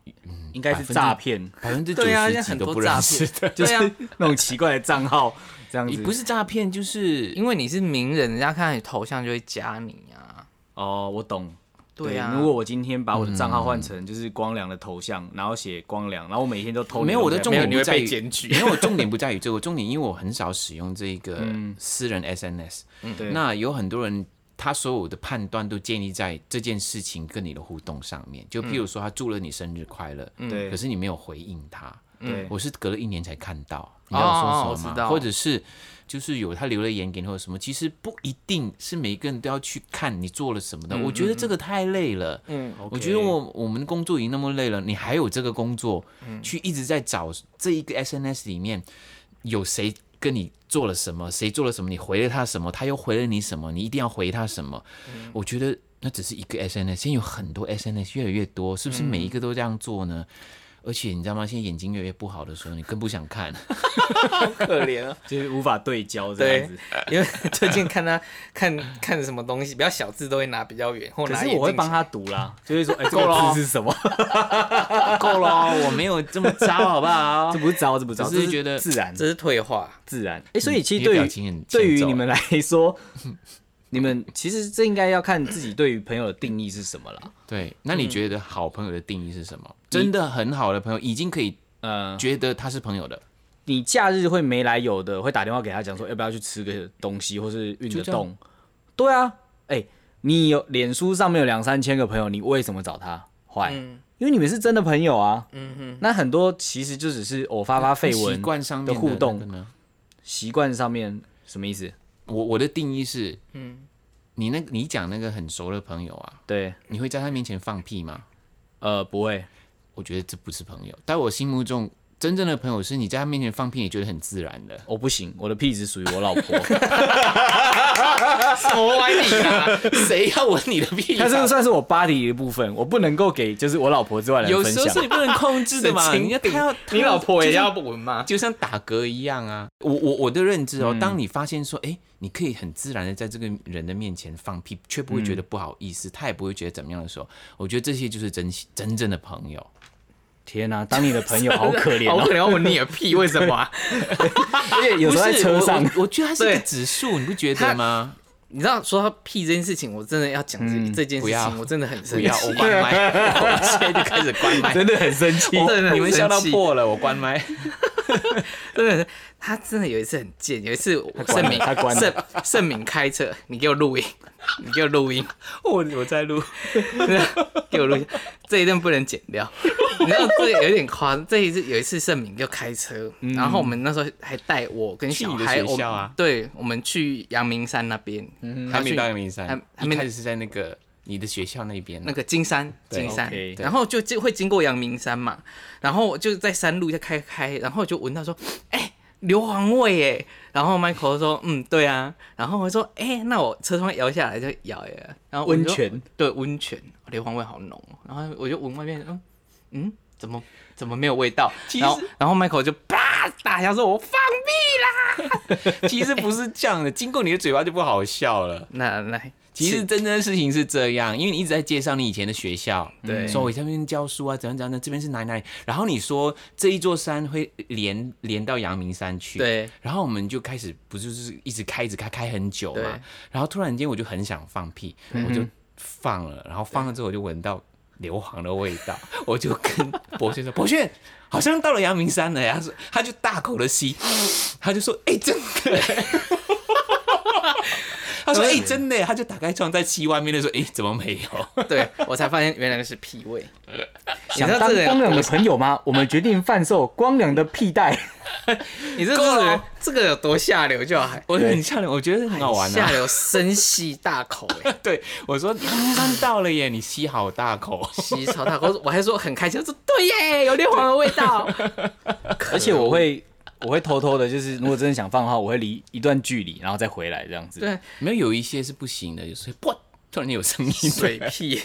[SPEAKER 2] 应该是诈骗，
[SPEAKER 3] 百分之九
[SPEAKER 4] 对啊，
[SPEAKER 3] 十
[SPEAKER 4] 现在
[SPEAKER 3] 几
[SPEAKER 4] 很
[SPEAKER 3] 都
[SPEAKER 4] 多
[SPEAKER 3] 不
[SPEAKER 4] 诈
[SPEAKER 3] 认识
[SPEAKER 4] 骗
[SPEAKER 3] 的。，
[SPEAKER 2] 就是
[SPEAKER 4] 对啊，
[SPEAKER 2] 那种奇怪的账号这样
[SPEAKER 3] 你
[SPEAKER 2] 子。
[SPEAKER 3] 不是诈骗，就是
[SPEAKER 4] 因为你是名人，人家看到你头像就会加你啊。
[SPEAKER 2] 哦，我懂。
[SPEAKER 4] 对啊，
[SPEAKER 2] 如果我今天把我的账号换成就是光良的头像，然后写光良，然后我每天都偷你
[SPEAKER 3] 没
[SPEAKER 2] 的
[SPEAKER 3] 有，我
[SPEAKER 2] 东
[SPEAKER 3] 的
[SPEAKER 2] 西
[SPEAKER 3] 重
[SPEAKER 4] 没有
[SPEAKER 3] 点
[SPEAKER 4] 你
[SPEAKER 3] 不
[SPEAKER 4] 会
[SPEAKER 3] 在
[SPEAKER 4] 被
[SPEAKER 3] 于
[SPEAKER 4] 检举
[SPEAKER 3] 没有，我重点不在
[SPEAKER 4] 嗯
[SPEAKER 3] 于这个，重点因为我很少使用这个私人 SNS。
[SPEAKER 2] 对
[SPEAKER 3] 那有很多人他所有的判断都建立在这件事情跟你的互动上面。就
[SPEAKER 4] 嗯
[SPEAKER 3] 譬如说，他祝了你生日快乐，
[SPEAKER 2] 对
[SPEAKER 3] 可是你没有回应他，
[SPEAKER 2] 对
[SPEAKER 3] 我是隔了一年才看到。你知道
[SPEAKER 4] 哦哦
[SPEAKER 3] 我说
[SPEAKER 4] 我
[SPEAKER 3] 什么
[SPEAKER 4] 知
[SPEAKER 3] 吗？
[SPEAKER 4] 道
[SPEAKER 3] 或者是就是有他留了言给你或者什么，其实不一定是每一个人都要去看你做了什么的。我觉得这个太累了。
[SPEAKER 4] 嗯，
[SPEAKER 3] 我觉得我我们工作已经那么累了，你还有这个工作，去一直在找这一个 SNS 里面有谁跟你做了什么，谁做了什么，你回了他什么，他又回了你什么，你一定要回他什么。我觉得那只是一个 SNS，现在有很多 SNS 越来越多，是不是每一个都这样做呢？而且你知道吗？现在眼睛越来越不好的时候，你更不想看。
[SPEAKER 4] 可怜啊。
[SPEAKER 2] 就是无法对焦这
[SPEAKER 4] 对
[SPEAKER 2] 样子。，
[SPEAKER 4] 因为最近看他看看什么东西，比较小字都会拿比较远，或
[SPEAKER 2] 可
[SPEAKER 4] 拿
[SPEAKER 2] 是
[SPEAKER 4] 眼
[SPEAKER 2] 我会
[SPEAKER 4] 镜
[SPEAKER 2] 帮
[SPEAKER 4] 起
[SPEAKER 2] 他读啦，就是说，哎、 这
[SPEAKER 3] 够了
[SPEAKER 2] 个
[SPEAKER 3] 哦
[SPEAKER 2] 字是什么？
[SPEAKER 3] 够了哦，我没有这么糟，好不 好
[SPEAKER 2] 这？不是招，这不是招，
[SPEAKER 3] 只是
[SPEAKER 2] 这
[SPEAKER 3] 觉得
[SPEAKER 2] 自然
[SPEAKER 4] 这是退化。
[SPEAKER 2] 自然。哎、所以其实
[SPEAKER 3] 你的
[SPEAKER 2] 对
[SPEAKER 3] 表情很
[SPEAKER 2] 于 对于
[SPEAKER 3] 欠揍啊
[SPEAKER 2] 你们来 说，你们其实这应该要看自己对于朋友的定义是什么啦。
[SPEAKER 3] 对，那你觉得好朋友的定义是什么？真的很好的朋友，已经可以
[SPEAKER 2] 呃，
[SPEAKER 3] 觉得他是朋友的，
[SPEAKER 2] 你假日会没来由的会打电话给他讲说要不要去吃个东西，或是运个
[SPEAKER 3] 就这样
[SPEAKER 2] 动。对啊，哎、你有脸书上面有两三千个朋友，你为什么找他？坏、
[SPEAKER 4] 嗯
[SPEAKER 2] 因为你们是真的朋友啊。
[SPEAKER 4] 嗯哼，
[SPEAKER 2] 那很多其实就只是我发发绯
[SPEAKER 3] 习
[SPEAKER 2] 闻，
[SPEAKER 3] 惯上面
[SPEAKER 2] 的互动
[SPEAKER 3] 那个呢？
[SPEAKER 2] 习惯上面什么意思？
[SPEAKER 3] 我我的定义是，
[SPEAKER 4] 嗯，
[SPEAKER 3] 你那你讲那个很熟的朋友啊，
[SPEAKER 2] 对，
[SPEAKER 3] 你会在他面前放屁吗？
[SPEAKER 2] 呃，不会，
[SPEAKER 3] 我觉得这不是朋友，在我心目中，真正的朋友是你在他面前放屁，你觉得很自然的。
[SPEAKER 2] 我不行，我的屁只属于我老婆，
[SPEAKER 4] 什么玩意啊？
[SPEAKER 3] 谁要闻你的屁啊、
[SPEAKER 2] 它这个算是我 body 的一部分，我不能够给就是我老婆之外的
[SPEAKER 3] 有
[SPEAKER 2] 人分
[SPEAKER 3] 时候是
[SPEAKER 2] 享。
[SPEAKER 3] 你不能控制的 嘛，
[SPEAKER 4] 神经
[SPEAKER 3] 你要
[SPEAKER 4] 病
[SPEAKER 3] 他要
[SPEAKER 4] 你老婆也，
[SPEAKER 3] 他
[SPEAKER 4] 要
[SPEAKER 3] 就像
[SPEAKER 4] 闻 吗？
[SPEAKER 3] 就像打嗝一样啊。我我我的认知哦，当你发现说，哎、你可以很自然的在这个人的面前放屁，却不会觉得不好意思，他也不会觉得怎么样的时候，我觉得这些就是真真正的朋友。
[SPEAKER 2] 天哪、当你的朋友好可怜
[SPEAKER 4] 我可
[SPEAKER 2] 哦，
[SPEAKER 4] 能要闻你的屁，为什么 啊、
[SPEAKER 2] 而且有时候在
[SPEAKER 3] 不是
[SPEAKER 2] 车上
[SPEAKER 3] 我，我我觉得它是一个
[SPEAKER 4] 对
[SPEAKER 3] 指数，你不觉得吗？
[SPEAKER 4] 你知道说到屁这件事情，我真的要讲这、
[SPEAKER 2] 嗯
[SPEAKER 4] 这件
[SPEAKER 3] 不
[SPEAKER 4] 事
[SPEAKER 3] 要
[SPEAKER 4] 情，我真的很
[SPEAKER 3] 不
[SPEAKER 4] 生气
[SPEAKER 3] 要，。我关麦， 我现在就开始关麦。
[SPEAKER 2] 真的很生气。
[SPEAKER 4] 真的很
[SPEAKER 3] 你们笑到
[SPEAKER 4] 生气
[SPEAKER 3] 破了，我关麦。
[SPEAKER 4] 真的是，他真的有一次很贱，有一次我
[SPEAKER 2] 关了
[SPEAKER 4] 盛敏
[SPEAKER 2] 他关了
[SPEAKER 4] 盛盛敏开车，你给我录音，你给我录音，
[SPEAKER 3] 我我在录，
[SPEAKER 4] 给我录音，这一段不能剪 掉。你知道这个有点夸张，这一次有一次盛敏就开车，然后我们那时候还带我跟小
[SPEAKER 3] 嗯
[SPEAKER 4] 孩，
[SPEAKER 3] 去你的学
[SPEAKER 4] 我
[SPEAKER 3] 校啊嗯
[SPEAKER 4] 们对，我们去阳明山那边，
[SPEAKER 3] 还没
[SPEAKER 4] 去
[SPEAKER 3] 到阳明山
[SPEAKER 4] 还，还
[SPEAKER 3] 一
[SPEAKER 4] 没
[SPEAKER 3] 开始是在那个你的学校那边啊
[SPEAKER 4] 那
[SPEAKER 3] 呢。
[SPEAKER 4] 个金山，
[SPEAKER 3] 嗯对
[SPEAKER 4] 金山
[SPEAKER 2] OK，，
[SPEAKER 4] 然后就就会经过阳明山嘛，然后我就在山路就开开，然后就闻到说， 哎、硫磺味耶，然后 Michael 就说，嗯，对啊，然后我说，哎、那我车窗摇下来就摇耶，然后我就
[SPEAKER 2] 温泉，
[SPEAKER 4] 对，温泉，硫磺味好浓哦，然后我就闻外面，嗯嗯，怎么怎么没有味道？
[SPEAKER 3] 其实
[SPEAKER 4] 然后然后 Michael 就啪大笑说，我放 屁啦，
[SPEAKER 3] 其实不是这样的，经过你的嘴巴就不好笑了。
[SPEAKER 4] 那那
[SPEAKER 3] 其实真正的事情是这样，因为你一直在介绍你以前的学校，
[SPEAKER 4] 对
[SPEAKER 3] 说我在那边教书啊，怎样怎样的，这边是哪里哪里，然后你说这一座山会连连到阳明山去，
[SPEAKER 4] 对，
[SPEAKER 3] 然后我们就开始不就是一直开一直开开很久嘛
[SPEAKER 4] 对，
[SPEAKER 3] 然后突然间我就很想放屁，我就放了，然后放了之后我就闻到。硫磺的味道， 我就跟博轩说：“博轩，好像到了阳明山了呀。”他说，他就大口的吸，他就说：“哎、真的。” 他说：“哎、真的耶。”他就打开窗在吸外面的时候，哎、怎么没 有？
[SPEAKER 4] 对我才发现原来是屁味， 你
[SPEAKER 2] 想
[SPEAKER 4] 知道
[SPEAKER 2] 当
[SPEAKER 4] 这个人
[SPEAKER 2] 光良的朋友 吗？我们决定贩售光良的屁袋。
[SPEAKER 4] 你这
[SPEAKER 3] 够了
[SPEAKER 4] 这
[SPEAKER 3] 哦
[SPEAKER 4] 这个有多下流就还
[SPEAKER 3] 我很吓人，我觉得很好玩
[SPEAKER 4] 下
[SPEAKER 3] 啊。
[SPEAKER 4] 流深吸大口哎、
[SPEAKER 3] 对，我说阳明山到了耶，你吸好大口。
[SPEAKER 4] 吸超大口，我还说很开心，我说对耶，有硫磺的味 道。
[SPEAKER 2] 而且我会，我会偷偷的，就是如果真的想放的话，我会离一段距离，然后再回来这样子。
[SPEAKER 4] 对
[SPEAKER 3] 没有，有一些是不行的，有时候啵突然间有声音，
[SPEAKER 4] 水屁，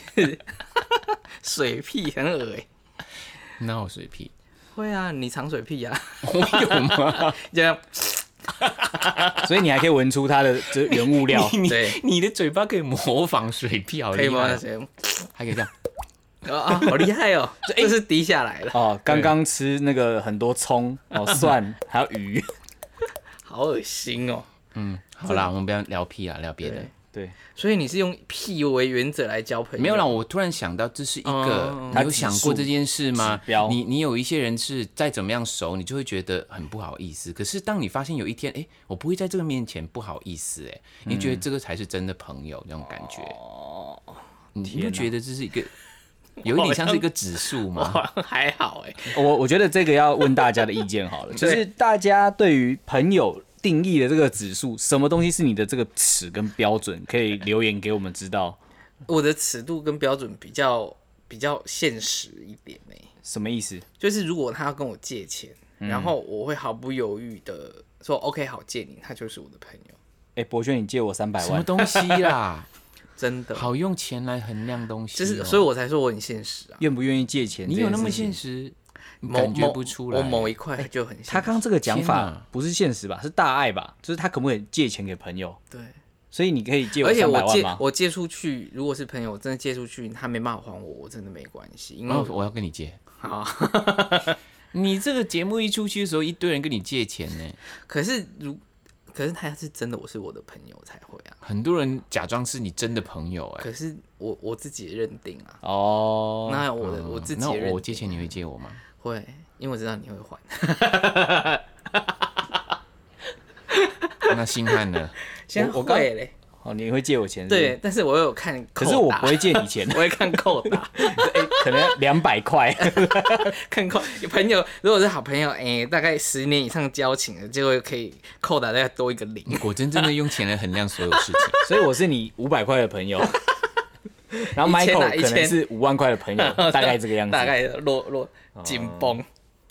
[SPEAKER 4] 水屁很恶哎、
[SPEAKER 3] 那我水屁，
[SPEAKER 4] 会啊，你藏水屁啊，
[SPEAKER 3] 我有吗？
[SPEAKER 4] 这样
[SPEAKER 2] 所以你还可以闻出它的就是原物 料。
[SPEAKER 3] 你
[SPEAKER 4] 对
[SPEAKER 3] 你的嘴巴可以模仿水屁，好
[SPEAKER 4] 可以
[SPEAKER 3] 厉
[SPEAKER 4] 吗？
[SPEAKER 3] 害哦，
[SPEAKER 4] 谁？
[SPEAKER 3] 还可以这样。
[SPEAKER 4] 啊，好厉害 哦，这是滴下来了，
[SPEAKER 2] 哦，刚刚吃那个很多葱、 哦蒜，还 有鱼。
[SPEAKER 4] 好恶心哦。
[SPEAKER 3] 好啦，我们不要聊屁啦，聊别的
[SPEAKER 4] 对。
[SPEAKER 2] 对，
[SPEAKER 4] 所以你是用屁为原则来交朋友？
[SPEAKER 3] 没有啦，我突然想到，这是一
[SPEAKER 4] 哦
[SPEAKER 3] 个，你有想过这件事
[SPEAKER 2] 它
[SPEAKER 3] 吗
[SPEAKER 2] 指数指标？
[SPEAKER 3] 你你有一些人是再怎么样熟，你就会觉得很不好意思。可是当你发现有一天，哎、我不会在这个面前不好意思、哎，你觉得这个才是真的朋友那种感觉，
[SPEAKER 2] 哦，
[SPEAKER 3] 你
[SPEAKER 2] 天
[SPEAKER 3] 不
[SPEAKER 2] 哪
[SPEAKER 3] 觉得这是一个有一点像是一个指数吗？
[SPEAKER 4] 还好哎、
[SPEAKER 2] 我我觉得这个要问大家的意见好了，就是大家对于朋友定义的这个指数，什么东西是你的这个尺跟标准，可以留言给我们知道
[SPEAKER 4] 我的尺度跟标准比较比较现实一点哎、
[SPEAKER 2] 什么意思？
[SPEAKER 4] 就是如果他要跟我借钱，
[SPEAKER 2] 嗯
[SPEAKER 4] 然后我会毫不犹豫的说 OK 好借你，他就是我的朋友，
[SPEAKER 2] 哎、博轩，你借我三百
[SPEAKER 3] 什么
[SPEAKER 2] 万，
[SPEAKER 3] 东西 啦？
[SPEAKER 4] 真的。
[SPEAKER 3] 好用钱来衡量东西哦、
[SPEAKER 4] 就是，所以我才说我很现实啊。
[SPEAKER 2] 愿不愿意借钱？
[SPEAKER 3] 你有那么现
[SPEAKER 2] 现实？
[SPEAKER 3] 实，你
[SPEAKER 4] 某
[SPEAKER 3] 感觉不出来。
[SPEAKER 4] 某我某一块就很现实。
[SPEAKER 2] 哎他刚刚这个讲
[SPEAKER 3] 天
[SPEAKER 2] 法
[SPEAKER 3] 哪
[SPEAKER 2] 不是现实吧？是大爱吧？就是他可不可以借钱给朋友？
[SPEAKER 4] 对，
[SPEAKER 2] 所以你可以借
[SPEAKER 4] 而
[SPEAKER 2] 我
[SPEAKER 4] 且
[SPEAKER 2] 三
[SPEAKER 4] 我
[SPEAKER 2] 百万
[SPEAKER 4] 借
[SPEAKER 2] 吗？
[SPEAKER 4] 我借出去，如果是朋友，我真的借出去，他没办法还我，我真的没关系，因为
[SPEAKER 3] 然后
[SPEAKER 2] 哦
[SPEAKER 4] 我
[SPEAKER 3] 哦我要跟你借。
[SPEAKER 4] 好。
[SPEAKER 3] 你这个节目一出去的时候，一堆人跟你借钱呢，
[SPEAKER 4] 可是如，可是他是真的，我是我的朋友才会啊。
[SPEAKER 3] 很多人假装是你真的朋友哎。
[SPEAKER 4] 可是我我自己也认定啊，
[SPEAKER 2] 哦，
[SPEAKER 4] 那我的
[SPEAKER 3] 嗯
[SPEAKER 4] 我自己
[SPEAKER 3] 那
[SPEAKER 4] 也认
[SPEAKER 3] 我借钱你会借我吗？
[SPEAKER 4] 会，因为我知道你会还。
[SPEAKER 3] 那星汉呢？
[SPEAKER 4] 现在
[SPEAKER 2] 我刚
[SPEAKER 4] 会嘞，
[SPEAKER 2] 哦，你会借我钱是不是
[SPEAKER 4] 对，，但是我有看
[SPEAKER 2] 可
[SPEAKER 4] 扣打，，
[SPEAKER 2] 是我不会借你钱
[SPEAKER 4] 我会看扣打，
[SPEAKER 2] 哎 可能两百块。
[SPEAKER 4] 看扣有朋友如果是好朋友，哎、大概十年以上交情的，就会可以扣打再多一个零。
[SPEAKER 3] 你果真真的用钱来衡量所有 事情。
[SPEAKER 2] 所以我是你五百块的朋友， 然后
[SPEAKER 4] 一千啊
[SPEAKER 2] Michael 可能
[SPEAKER 4] 一千
[SPEAKER 2] 是五万块的 朋友， 大概这个样子。哦
[SPEAKER 4] 大概落落紧绷。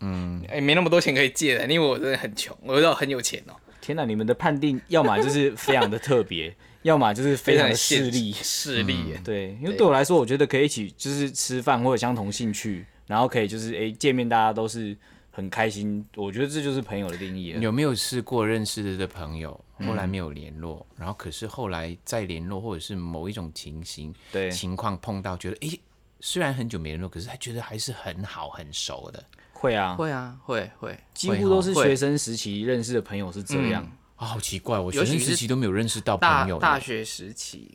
[SPEAKER 4] 嗯，哎、没那么多钱可以借的，因为我真的很穷，我知道很有钱哦、
[SPEAKER 2] 天哪，你们的判定要么就是非常的特别， 要么就是非常的势利。嗯
[SPEAKER 4] 势利耶。
[SPEAKER 2] 对，因为对我来说，我觉得可以一起就是吃饭或者相同兴趣，然后可以就是诶见面，大家都是很开心。我觉得这就是朋友的定义了。
[SPEAKER 3] 有没有试过认识的朋友，后来没有联络，然后可是后来再联络，或者是某一种情形、
[SPEAKER 2] 对
[SPEAKER 3] 情况碰到，觉得诶，虽然很久没联络，可是他觉得还是很好、很熟的。
[SPEAKER 2] 会啊，
[SPEAKER 4] 会啊，会会，嗯
[SPEAKER 2] 几乎都是学生时期认识的朋友是这样。
[SPEAKER 3] 啊、好奇怪，我
[SPEAKER 4] 尤
[SPEAKER 3] 学生
[SPEAKER 4] 其是
[SPEAKER 3] 时期都没有认识到
[SPEAKER 4] 大
[SPEAKER 3] 朋友呢。
[SPEAKER 4] 大学时期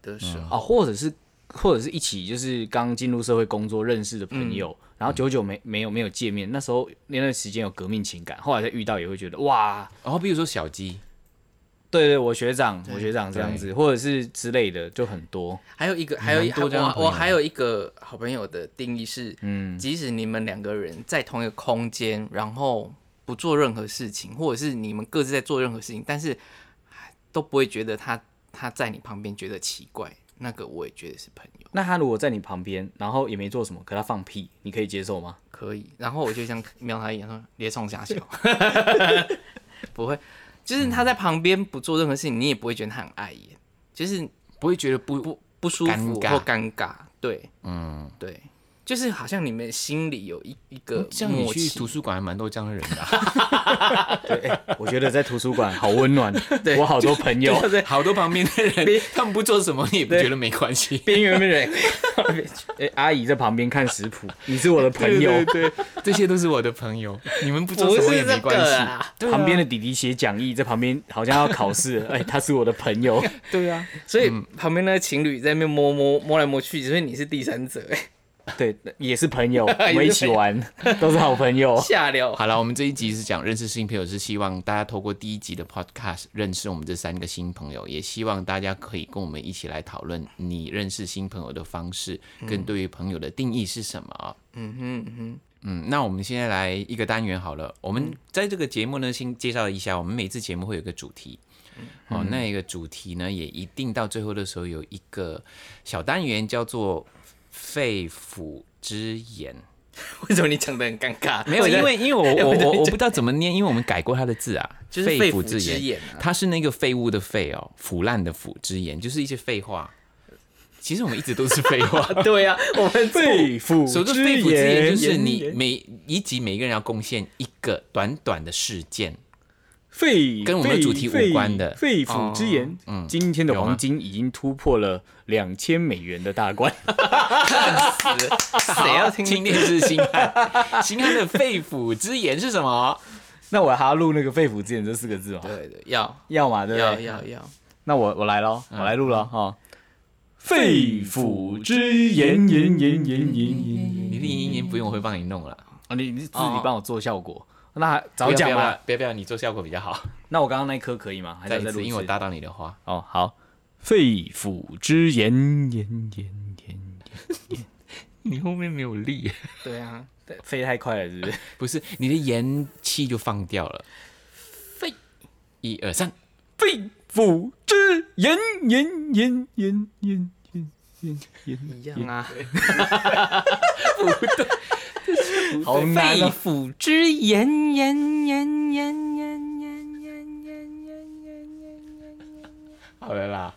[SPEAKER 4] 的时候，
[SPEAKER 2] 啊，或者是或者是一起就是刚进入社会工作认识的朋友，
[SPEAKER 4] 嗯
[SPEAKER 2] 然后久久没没有没有见面，那时候那段时间有革命情感，后来再遇到也会觉得哇，
[SPEAKER 3] 然哦后比如说小鸡，
[SPEAKER 2] 对对，我学长我学长这样子，或者是之类的就很多，
[SPEAKER 4] 还有一个，还有一
[SPEAKER 3] 蛮多这样的
[SPEAKER 4] 我
[SPEAKER 3] 朋友
[SPEAKER 4] 我还有一个好朋友的定义是，嗯，即使你们两个人在同一个空间，然后不做任何事情，或者是你们各自在做任何事情，但是都不会觉得他他在你旁边觉得奇怪，那个我也觉得是朋友，
[SPEAKER 2] 那他如果在你旁边，然后也没做什么，可他放屁，你可以接受吗？
[SPEAKER 4] 可以。然后我就这样瞄他一眼说：“别冲瞎笑。” 不会，就是他在旁边不做任何事情，你也不会觉得他很碍眼，就是
[SPEAKER 3] 不会觉得不
[SPEAKER 4] 不不舒服
[SPEAKER 3] 尴尬
[SPEAKER 4] 或尴尬，对
[SPEAKER 3] 嗯，
[SPEAKER 4] 对，就是好像你们心里有一一个
[SPEAKER 3] 像你
[SPEAKER 4] 默
[SPEAKER 3] 去
[SPEAKER 4] 契
[SPEAKER 3] 图，书馆还蛮多这样的人的 啊、
[SPEAKER 2] 哎我觉得在图书 馆好温暖，我好多朋 友，
[SPEAKER 4] 对
[SPEAKER 3] 好多旁边的人，他们不做什么你也不觉得没关系。
[SPEAKER 2] 边缘人， 哎，阿姨在旁边看食谱， 哎你是我的朋友，
[SPEAKER 3] 对对，这些都是我的朋友，你们不 做
[SPEAKER 4] 不
[SPEAKER 3] 什么也
[SPEAKER 4] 是
[SPEAKER 3] 没
[SPEAKER 4] 这
[SPEAKER 3] 关
[SPEAKER 4] 个
[SPEAKER 3] 系。
[SPEAKER 4] 啊，
[SPEAKER 3] 对啊
[SPEAKER 2] 旁边的弟弟写讲义在旁边好像要考试了， 哎，他是我的朋 友。
[SPEAKER 3] 对啊，
[SPEAKER 4] 所以旁边那个情侣在那边摸摸摸来摸去，所以你是第三者，哎，
[SPEAKER 2] 对，也是朋 友，
[SPEAKER 4] 也
[SPEAKER 2] 我
[SPEAKER 4] 是
[SPEAKER 2] 们一起
[SPEAKER 4] 朋友
[SPEAKER 2] 玩，都是好朋友。
[SPEAKER 4] 下流。
[SPEAKER 3] 哦好了，我们这一集是讲认识新朋友，是希望大家透过第一集的 podcast 认识我们这三个新朋友，也希望大家可以跟我们一起来讨论你认识新朋友的方式，跟对于朋友的定义是什么啊、
[SPEAKER 4] 嗯哼嗯哼，
[SPEAKER 3] 嗯，那我们现在来一个单元好了。我们在这个节目呢，先介绍一下，我们每次节目会有一个主题。哦，那一个主题呢，也一定到最后的时候有一个小单元叫做“肺腑之言”。
[SPEAKER 4] 为什么你讲的很尴尬？
[SPEAKER 3] 没有，
[SPEAKER 4] 我在
[SPEAKER 3] 因为因为我我我我不知道怎么念，因为我们改过它的字啊，
[SPEAKER 4] 就是肺
[SPEAKER 3] 肺
[SPEAKER 4] 腑
[SPEAKER 3] 之
[SPEAKER 4] 之言啊
[SPEAKER 3] 它是那个废物的废哦，腐烂的腐之言，就是一些废话。其实我们一直都是废 话，
[SPEAKER 4] 对 啊，我们
[SPEAKER 2] 肺腑
[SPEAKER 3] 所谓的肺腑之言就是你每一集每一个人要贡献一个短短的事件，
[SPEAKER 2] 肺
[SPEAKER 3] 跟我们的主题无关的
[SPEAKER 2] 肺肺腑之言。今天的黄金已经突破了两千美元的大 关。
[SPEAKER 3] 啊
[SPEAKER 4] 谁要听
[SPEAKER 3] 今天是星汉，星汉的肺腑之言是什么？
[SPEAKER 2] 那我还要录那个肺腑之言这四个字吗？哦
[SPEAKER 4] 对对，要
[SPEAKER 2] 要嘛，对不
[SPEAKER 4] 要
[SPEAKER 2] 对？
[SPEAKER 4] 要要，
[SPEAKER 2] 那我我来喽，我来录哦了哈。啊肺腑之言，言言言言言言。
[SPEAKER 3] 你另一年不用，我会帮你弄了。
[SPEAKER 2] 啊，你你自己
[SPEAKER 4] 哦
[SPEAKER 2] 帮我做效果，那早讲
[SPEAKER 3] 不要
[SPEAKER 2] 嘛。
[SPEAKER 3] 不要不要，你做效果比较好。
[SPEAKER 2] 那我刚刚那一颗可以吗？还是
[SPEAKER 3] 再
[SPEAKER 2] 要
[SPEAKER 3] 一
[SPEAKER 2] 再录
[SPEAKER 3] 次，
[SPEAKER 2] 一
[SPEAKER 3] 因为我
[SPEAKER 2] 次
[SPEAKER 3] 搭到你的话，
[SPEAKER 2] 哦，好。肺腑之言，言言言。
[SPEAKER 3] 你后面没有力，
[SPEAKER 4] 对啊，对，
[SPEAKER 2] 飞太快了，是不是？
[SPEAKER 3] 不是你的言气就放掉了。
[SPEAKER 4] 肺
[SPEAKER 3] 一二三，
[SPEAKER 2] 肺腑之言，言言言言言言言，
[SPEAKER 4] 一样啊，
[SPEAKER 2] 好难
[SPEAKER 4] 肺
[SPEAKER 2] 啊！
[SPEAKER 4] 腑之言，言言言言言言言言言言言。
[SPEAKER 3] 好了啦，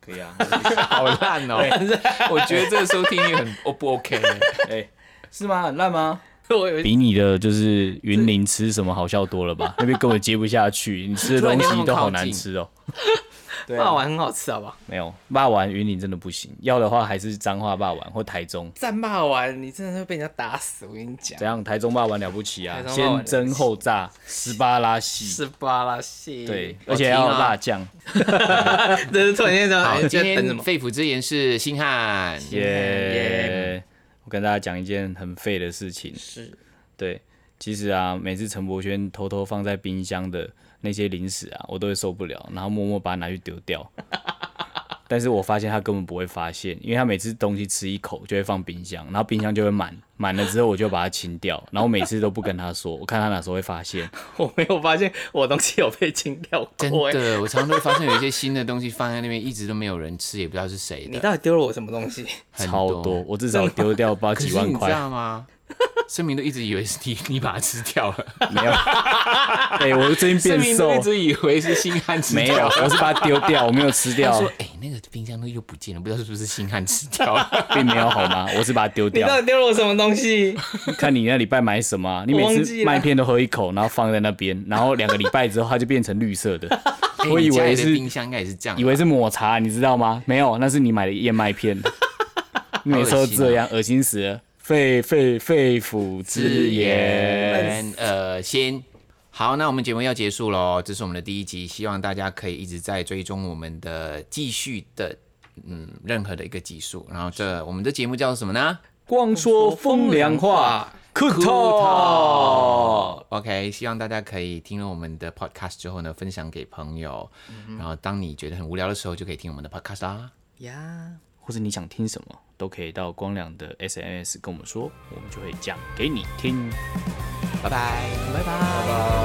[SPEAKER 2] 可以啊，
[SPEAKER 3] 好烂哦！我觉得这个收听率很 O 不 OK？
[SPEAKER 2] 哎，是吗？很烂吗？
[SPEAKER 4] 我有
[SPEAKER 2] 比你的就是云林吃什么好笑多了吧？那边根本接不下去，你吃的东西都好难吃哦。对
[SPEAKER 4] 霸
[SPEAKER 2] 啊，
[SPEAKER 4] 王很好吃，好不好？
[SPEAKER 2] 没有霸王云林真的不行，要的话还是彰化霸王或台中。
[SPEAKER 4] 战霸王，你真的会被人家打死，我跟你讲
[SPEAKER 2] 怎。样？台中霸王了不起啊
[SPEAKER 4] 台！中霸王
[SPEAKER 2] 先蒸后炸，斯巴拉系，
[SPEAKER 4] 是巴拉西，
[SPEAKER 2] 对，
[SPEAKER 4] 好
[SPEAKER 2] 而且
[SPEAKER 4] 听
[SPEAKER 2] 要
[SPEAKER 4] 啊
[SPEAKER 2] 辣，酱。
[SPEAKER 4] 这是突然间说，
[SPEAKER 3] 好，
[SPEAKER 4] 哎，
[SPEAKER 3] 今
[SPEAKER 4] 今天等什
[SPEAKER 3] 天
[SPEAKER 4] 么？
[SPEAKER 3] 肺腑之言是星汉，
[SPEAKER 4] 啊
[SPEAKER 2] 耶！我跟大家讲一件很废的事情，
[SPEAKER 4] 是
[SPEAKER 2] 对，其实啊，每次陈柏轩偷偷放在冰箱的那些零食啊，我都会受不了，然后默默把它拿去丢 掉。但是我发现他根本不会发现，因为他每次东西吃一口就会放冰箱，然后冰箱就会满，满了之后我就把它清掉，然后每次都不跟他说，我看他哪时候会发现。
[SPEAKER 4] 我没有发现我东西有被清掉
[SPEAKER 3] 真
[SPEAKER 4] 过。哎
[SPEAKER 3] 的，我常常都会发现有一些新的东西放在那边，一直都没有人吃，也不知道是谁
[SPEAKER 4] 你
[SPEAKER 3] 的，
[SPEAKER 4] 到底丢了我什么东西？
[SPEAKER 3] 很
[SPEAKER 2] 超多，。我至少丢掉八
[SPEAKER 3] 可
[SPEAKER 2] 几
[SPEAKER 3] 是
[SPEAKER 2] 万
[SPEAKER 3] 你知
[SPEAKER 2] 块，
[SPEAKER 3] 道吗？声明都一直以为是你，你把它吃掉了。
[SPEAKER 2] 没有。哎、我最近
[SPEAKER 3] 声
[SPEAKER 2] 变
[SPEAKER 3] 明
[SPEAKER 2] 瘦
[SPEAKER 3] 都一，直以为是星汉吃
[SPEAKER 2] 没
[SPEAKER 3] 掉
[SPEAKER 2] 有，
[SPEAKER 3] 了。
[SPEAKER 2] 我是把它丢掉，我没有吃掉
[SPEAKER 3] 他，说：“哎、那个冰箱都又不见了，不知道是不是星汉吃掉了。
[SPEAKER 2] 并没有好吗？我是把它丢
[SPEAKER 4] 你
[SPEAKER 2] 掉。
[SPEAKER 4] 到底丢了我什么东西？
[SPEAKER 2] 看你那礼拜买什 么啊、你
[SPEAKER 4] 我
[SPEAKER 2] 每
[SPEAKER 4] 忘
[SPEAKER 2] 次
[SPEAKER 4] 记了
[SPEAKER 2] 麦片都喝一口，然后放在那边，然后两个礼拜之后它就变成绿色 的，
[SPEAKER 3] 哎
[SPEAKER 2] 我以
[SPEAKER 3] 你家
[SPEAKER 2] 为
[SPEAKER 3] 里的
[SPEAKER 2] 是
[SPEAKER 3] 冰箱应该也是这样吧，
[SPEAKER 2] 以为是抹茶，你知道吗？没有，啊那是你买的燕麦片。你每次都这样，恶心死了！肺肺肺腑之
[SPEAKER 3] 自
[SPEAKER 2] 言，
[SPEAKER 3] 言呃先。好，那我们节目要结束喽，这是我们的第一集，希望大家可以一直在追踪我们的继续的嗯任何的一个集数。然后这我们的节目叫做什么呢？
[SPEAKER 2] 光说风凉话，酷透。
[SPEAKER 3] OK，希望大家可以听了我们的 podcast 之后呢，分享给朋友，然后当你觉得很无聊的时候，就可以听我们的 podcast 啦。
[SPEAKER 4] 呀，
[SPEAKER 2] 或者你想听什么，都可以到光良的 SNS 跟我们说，我们就会讲给你听。
[SPEAKER 3] 拜拜。
[SPEAKER 4] 拜拜。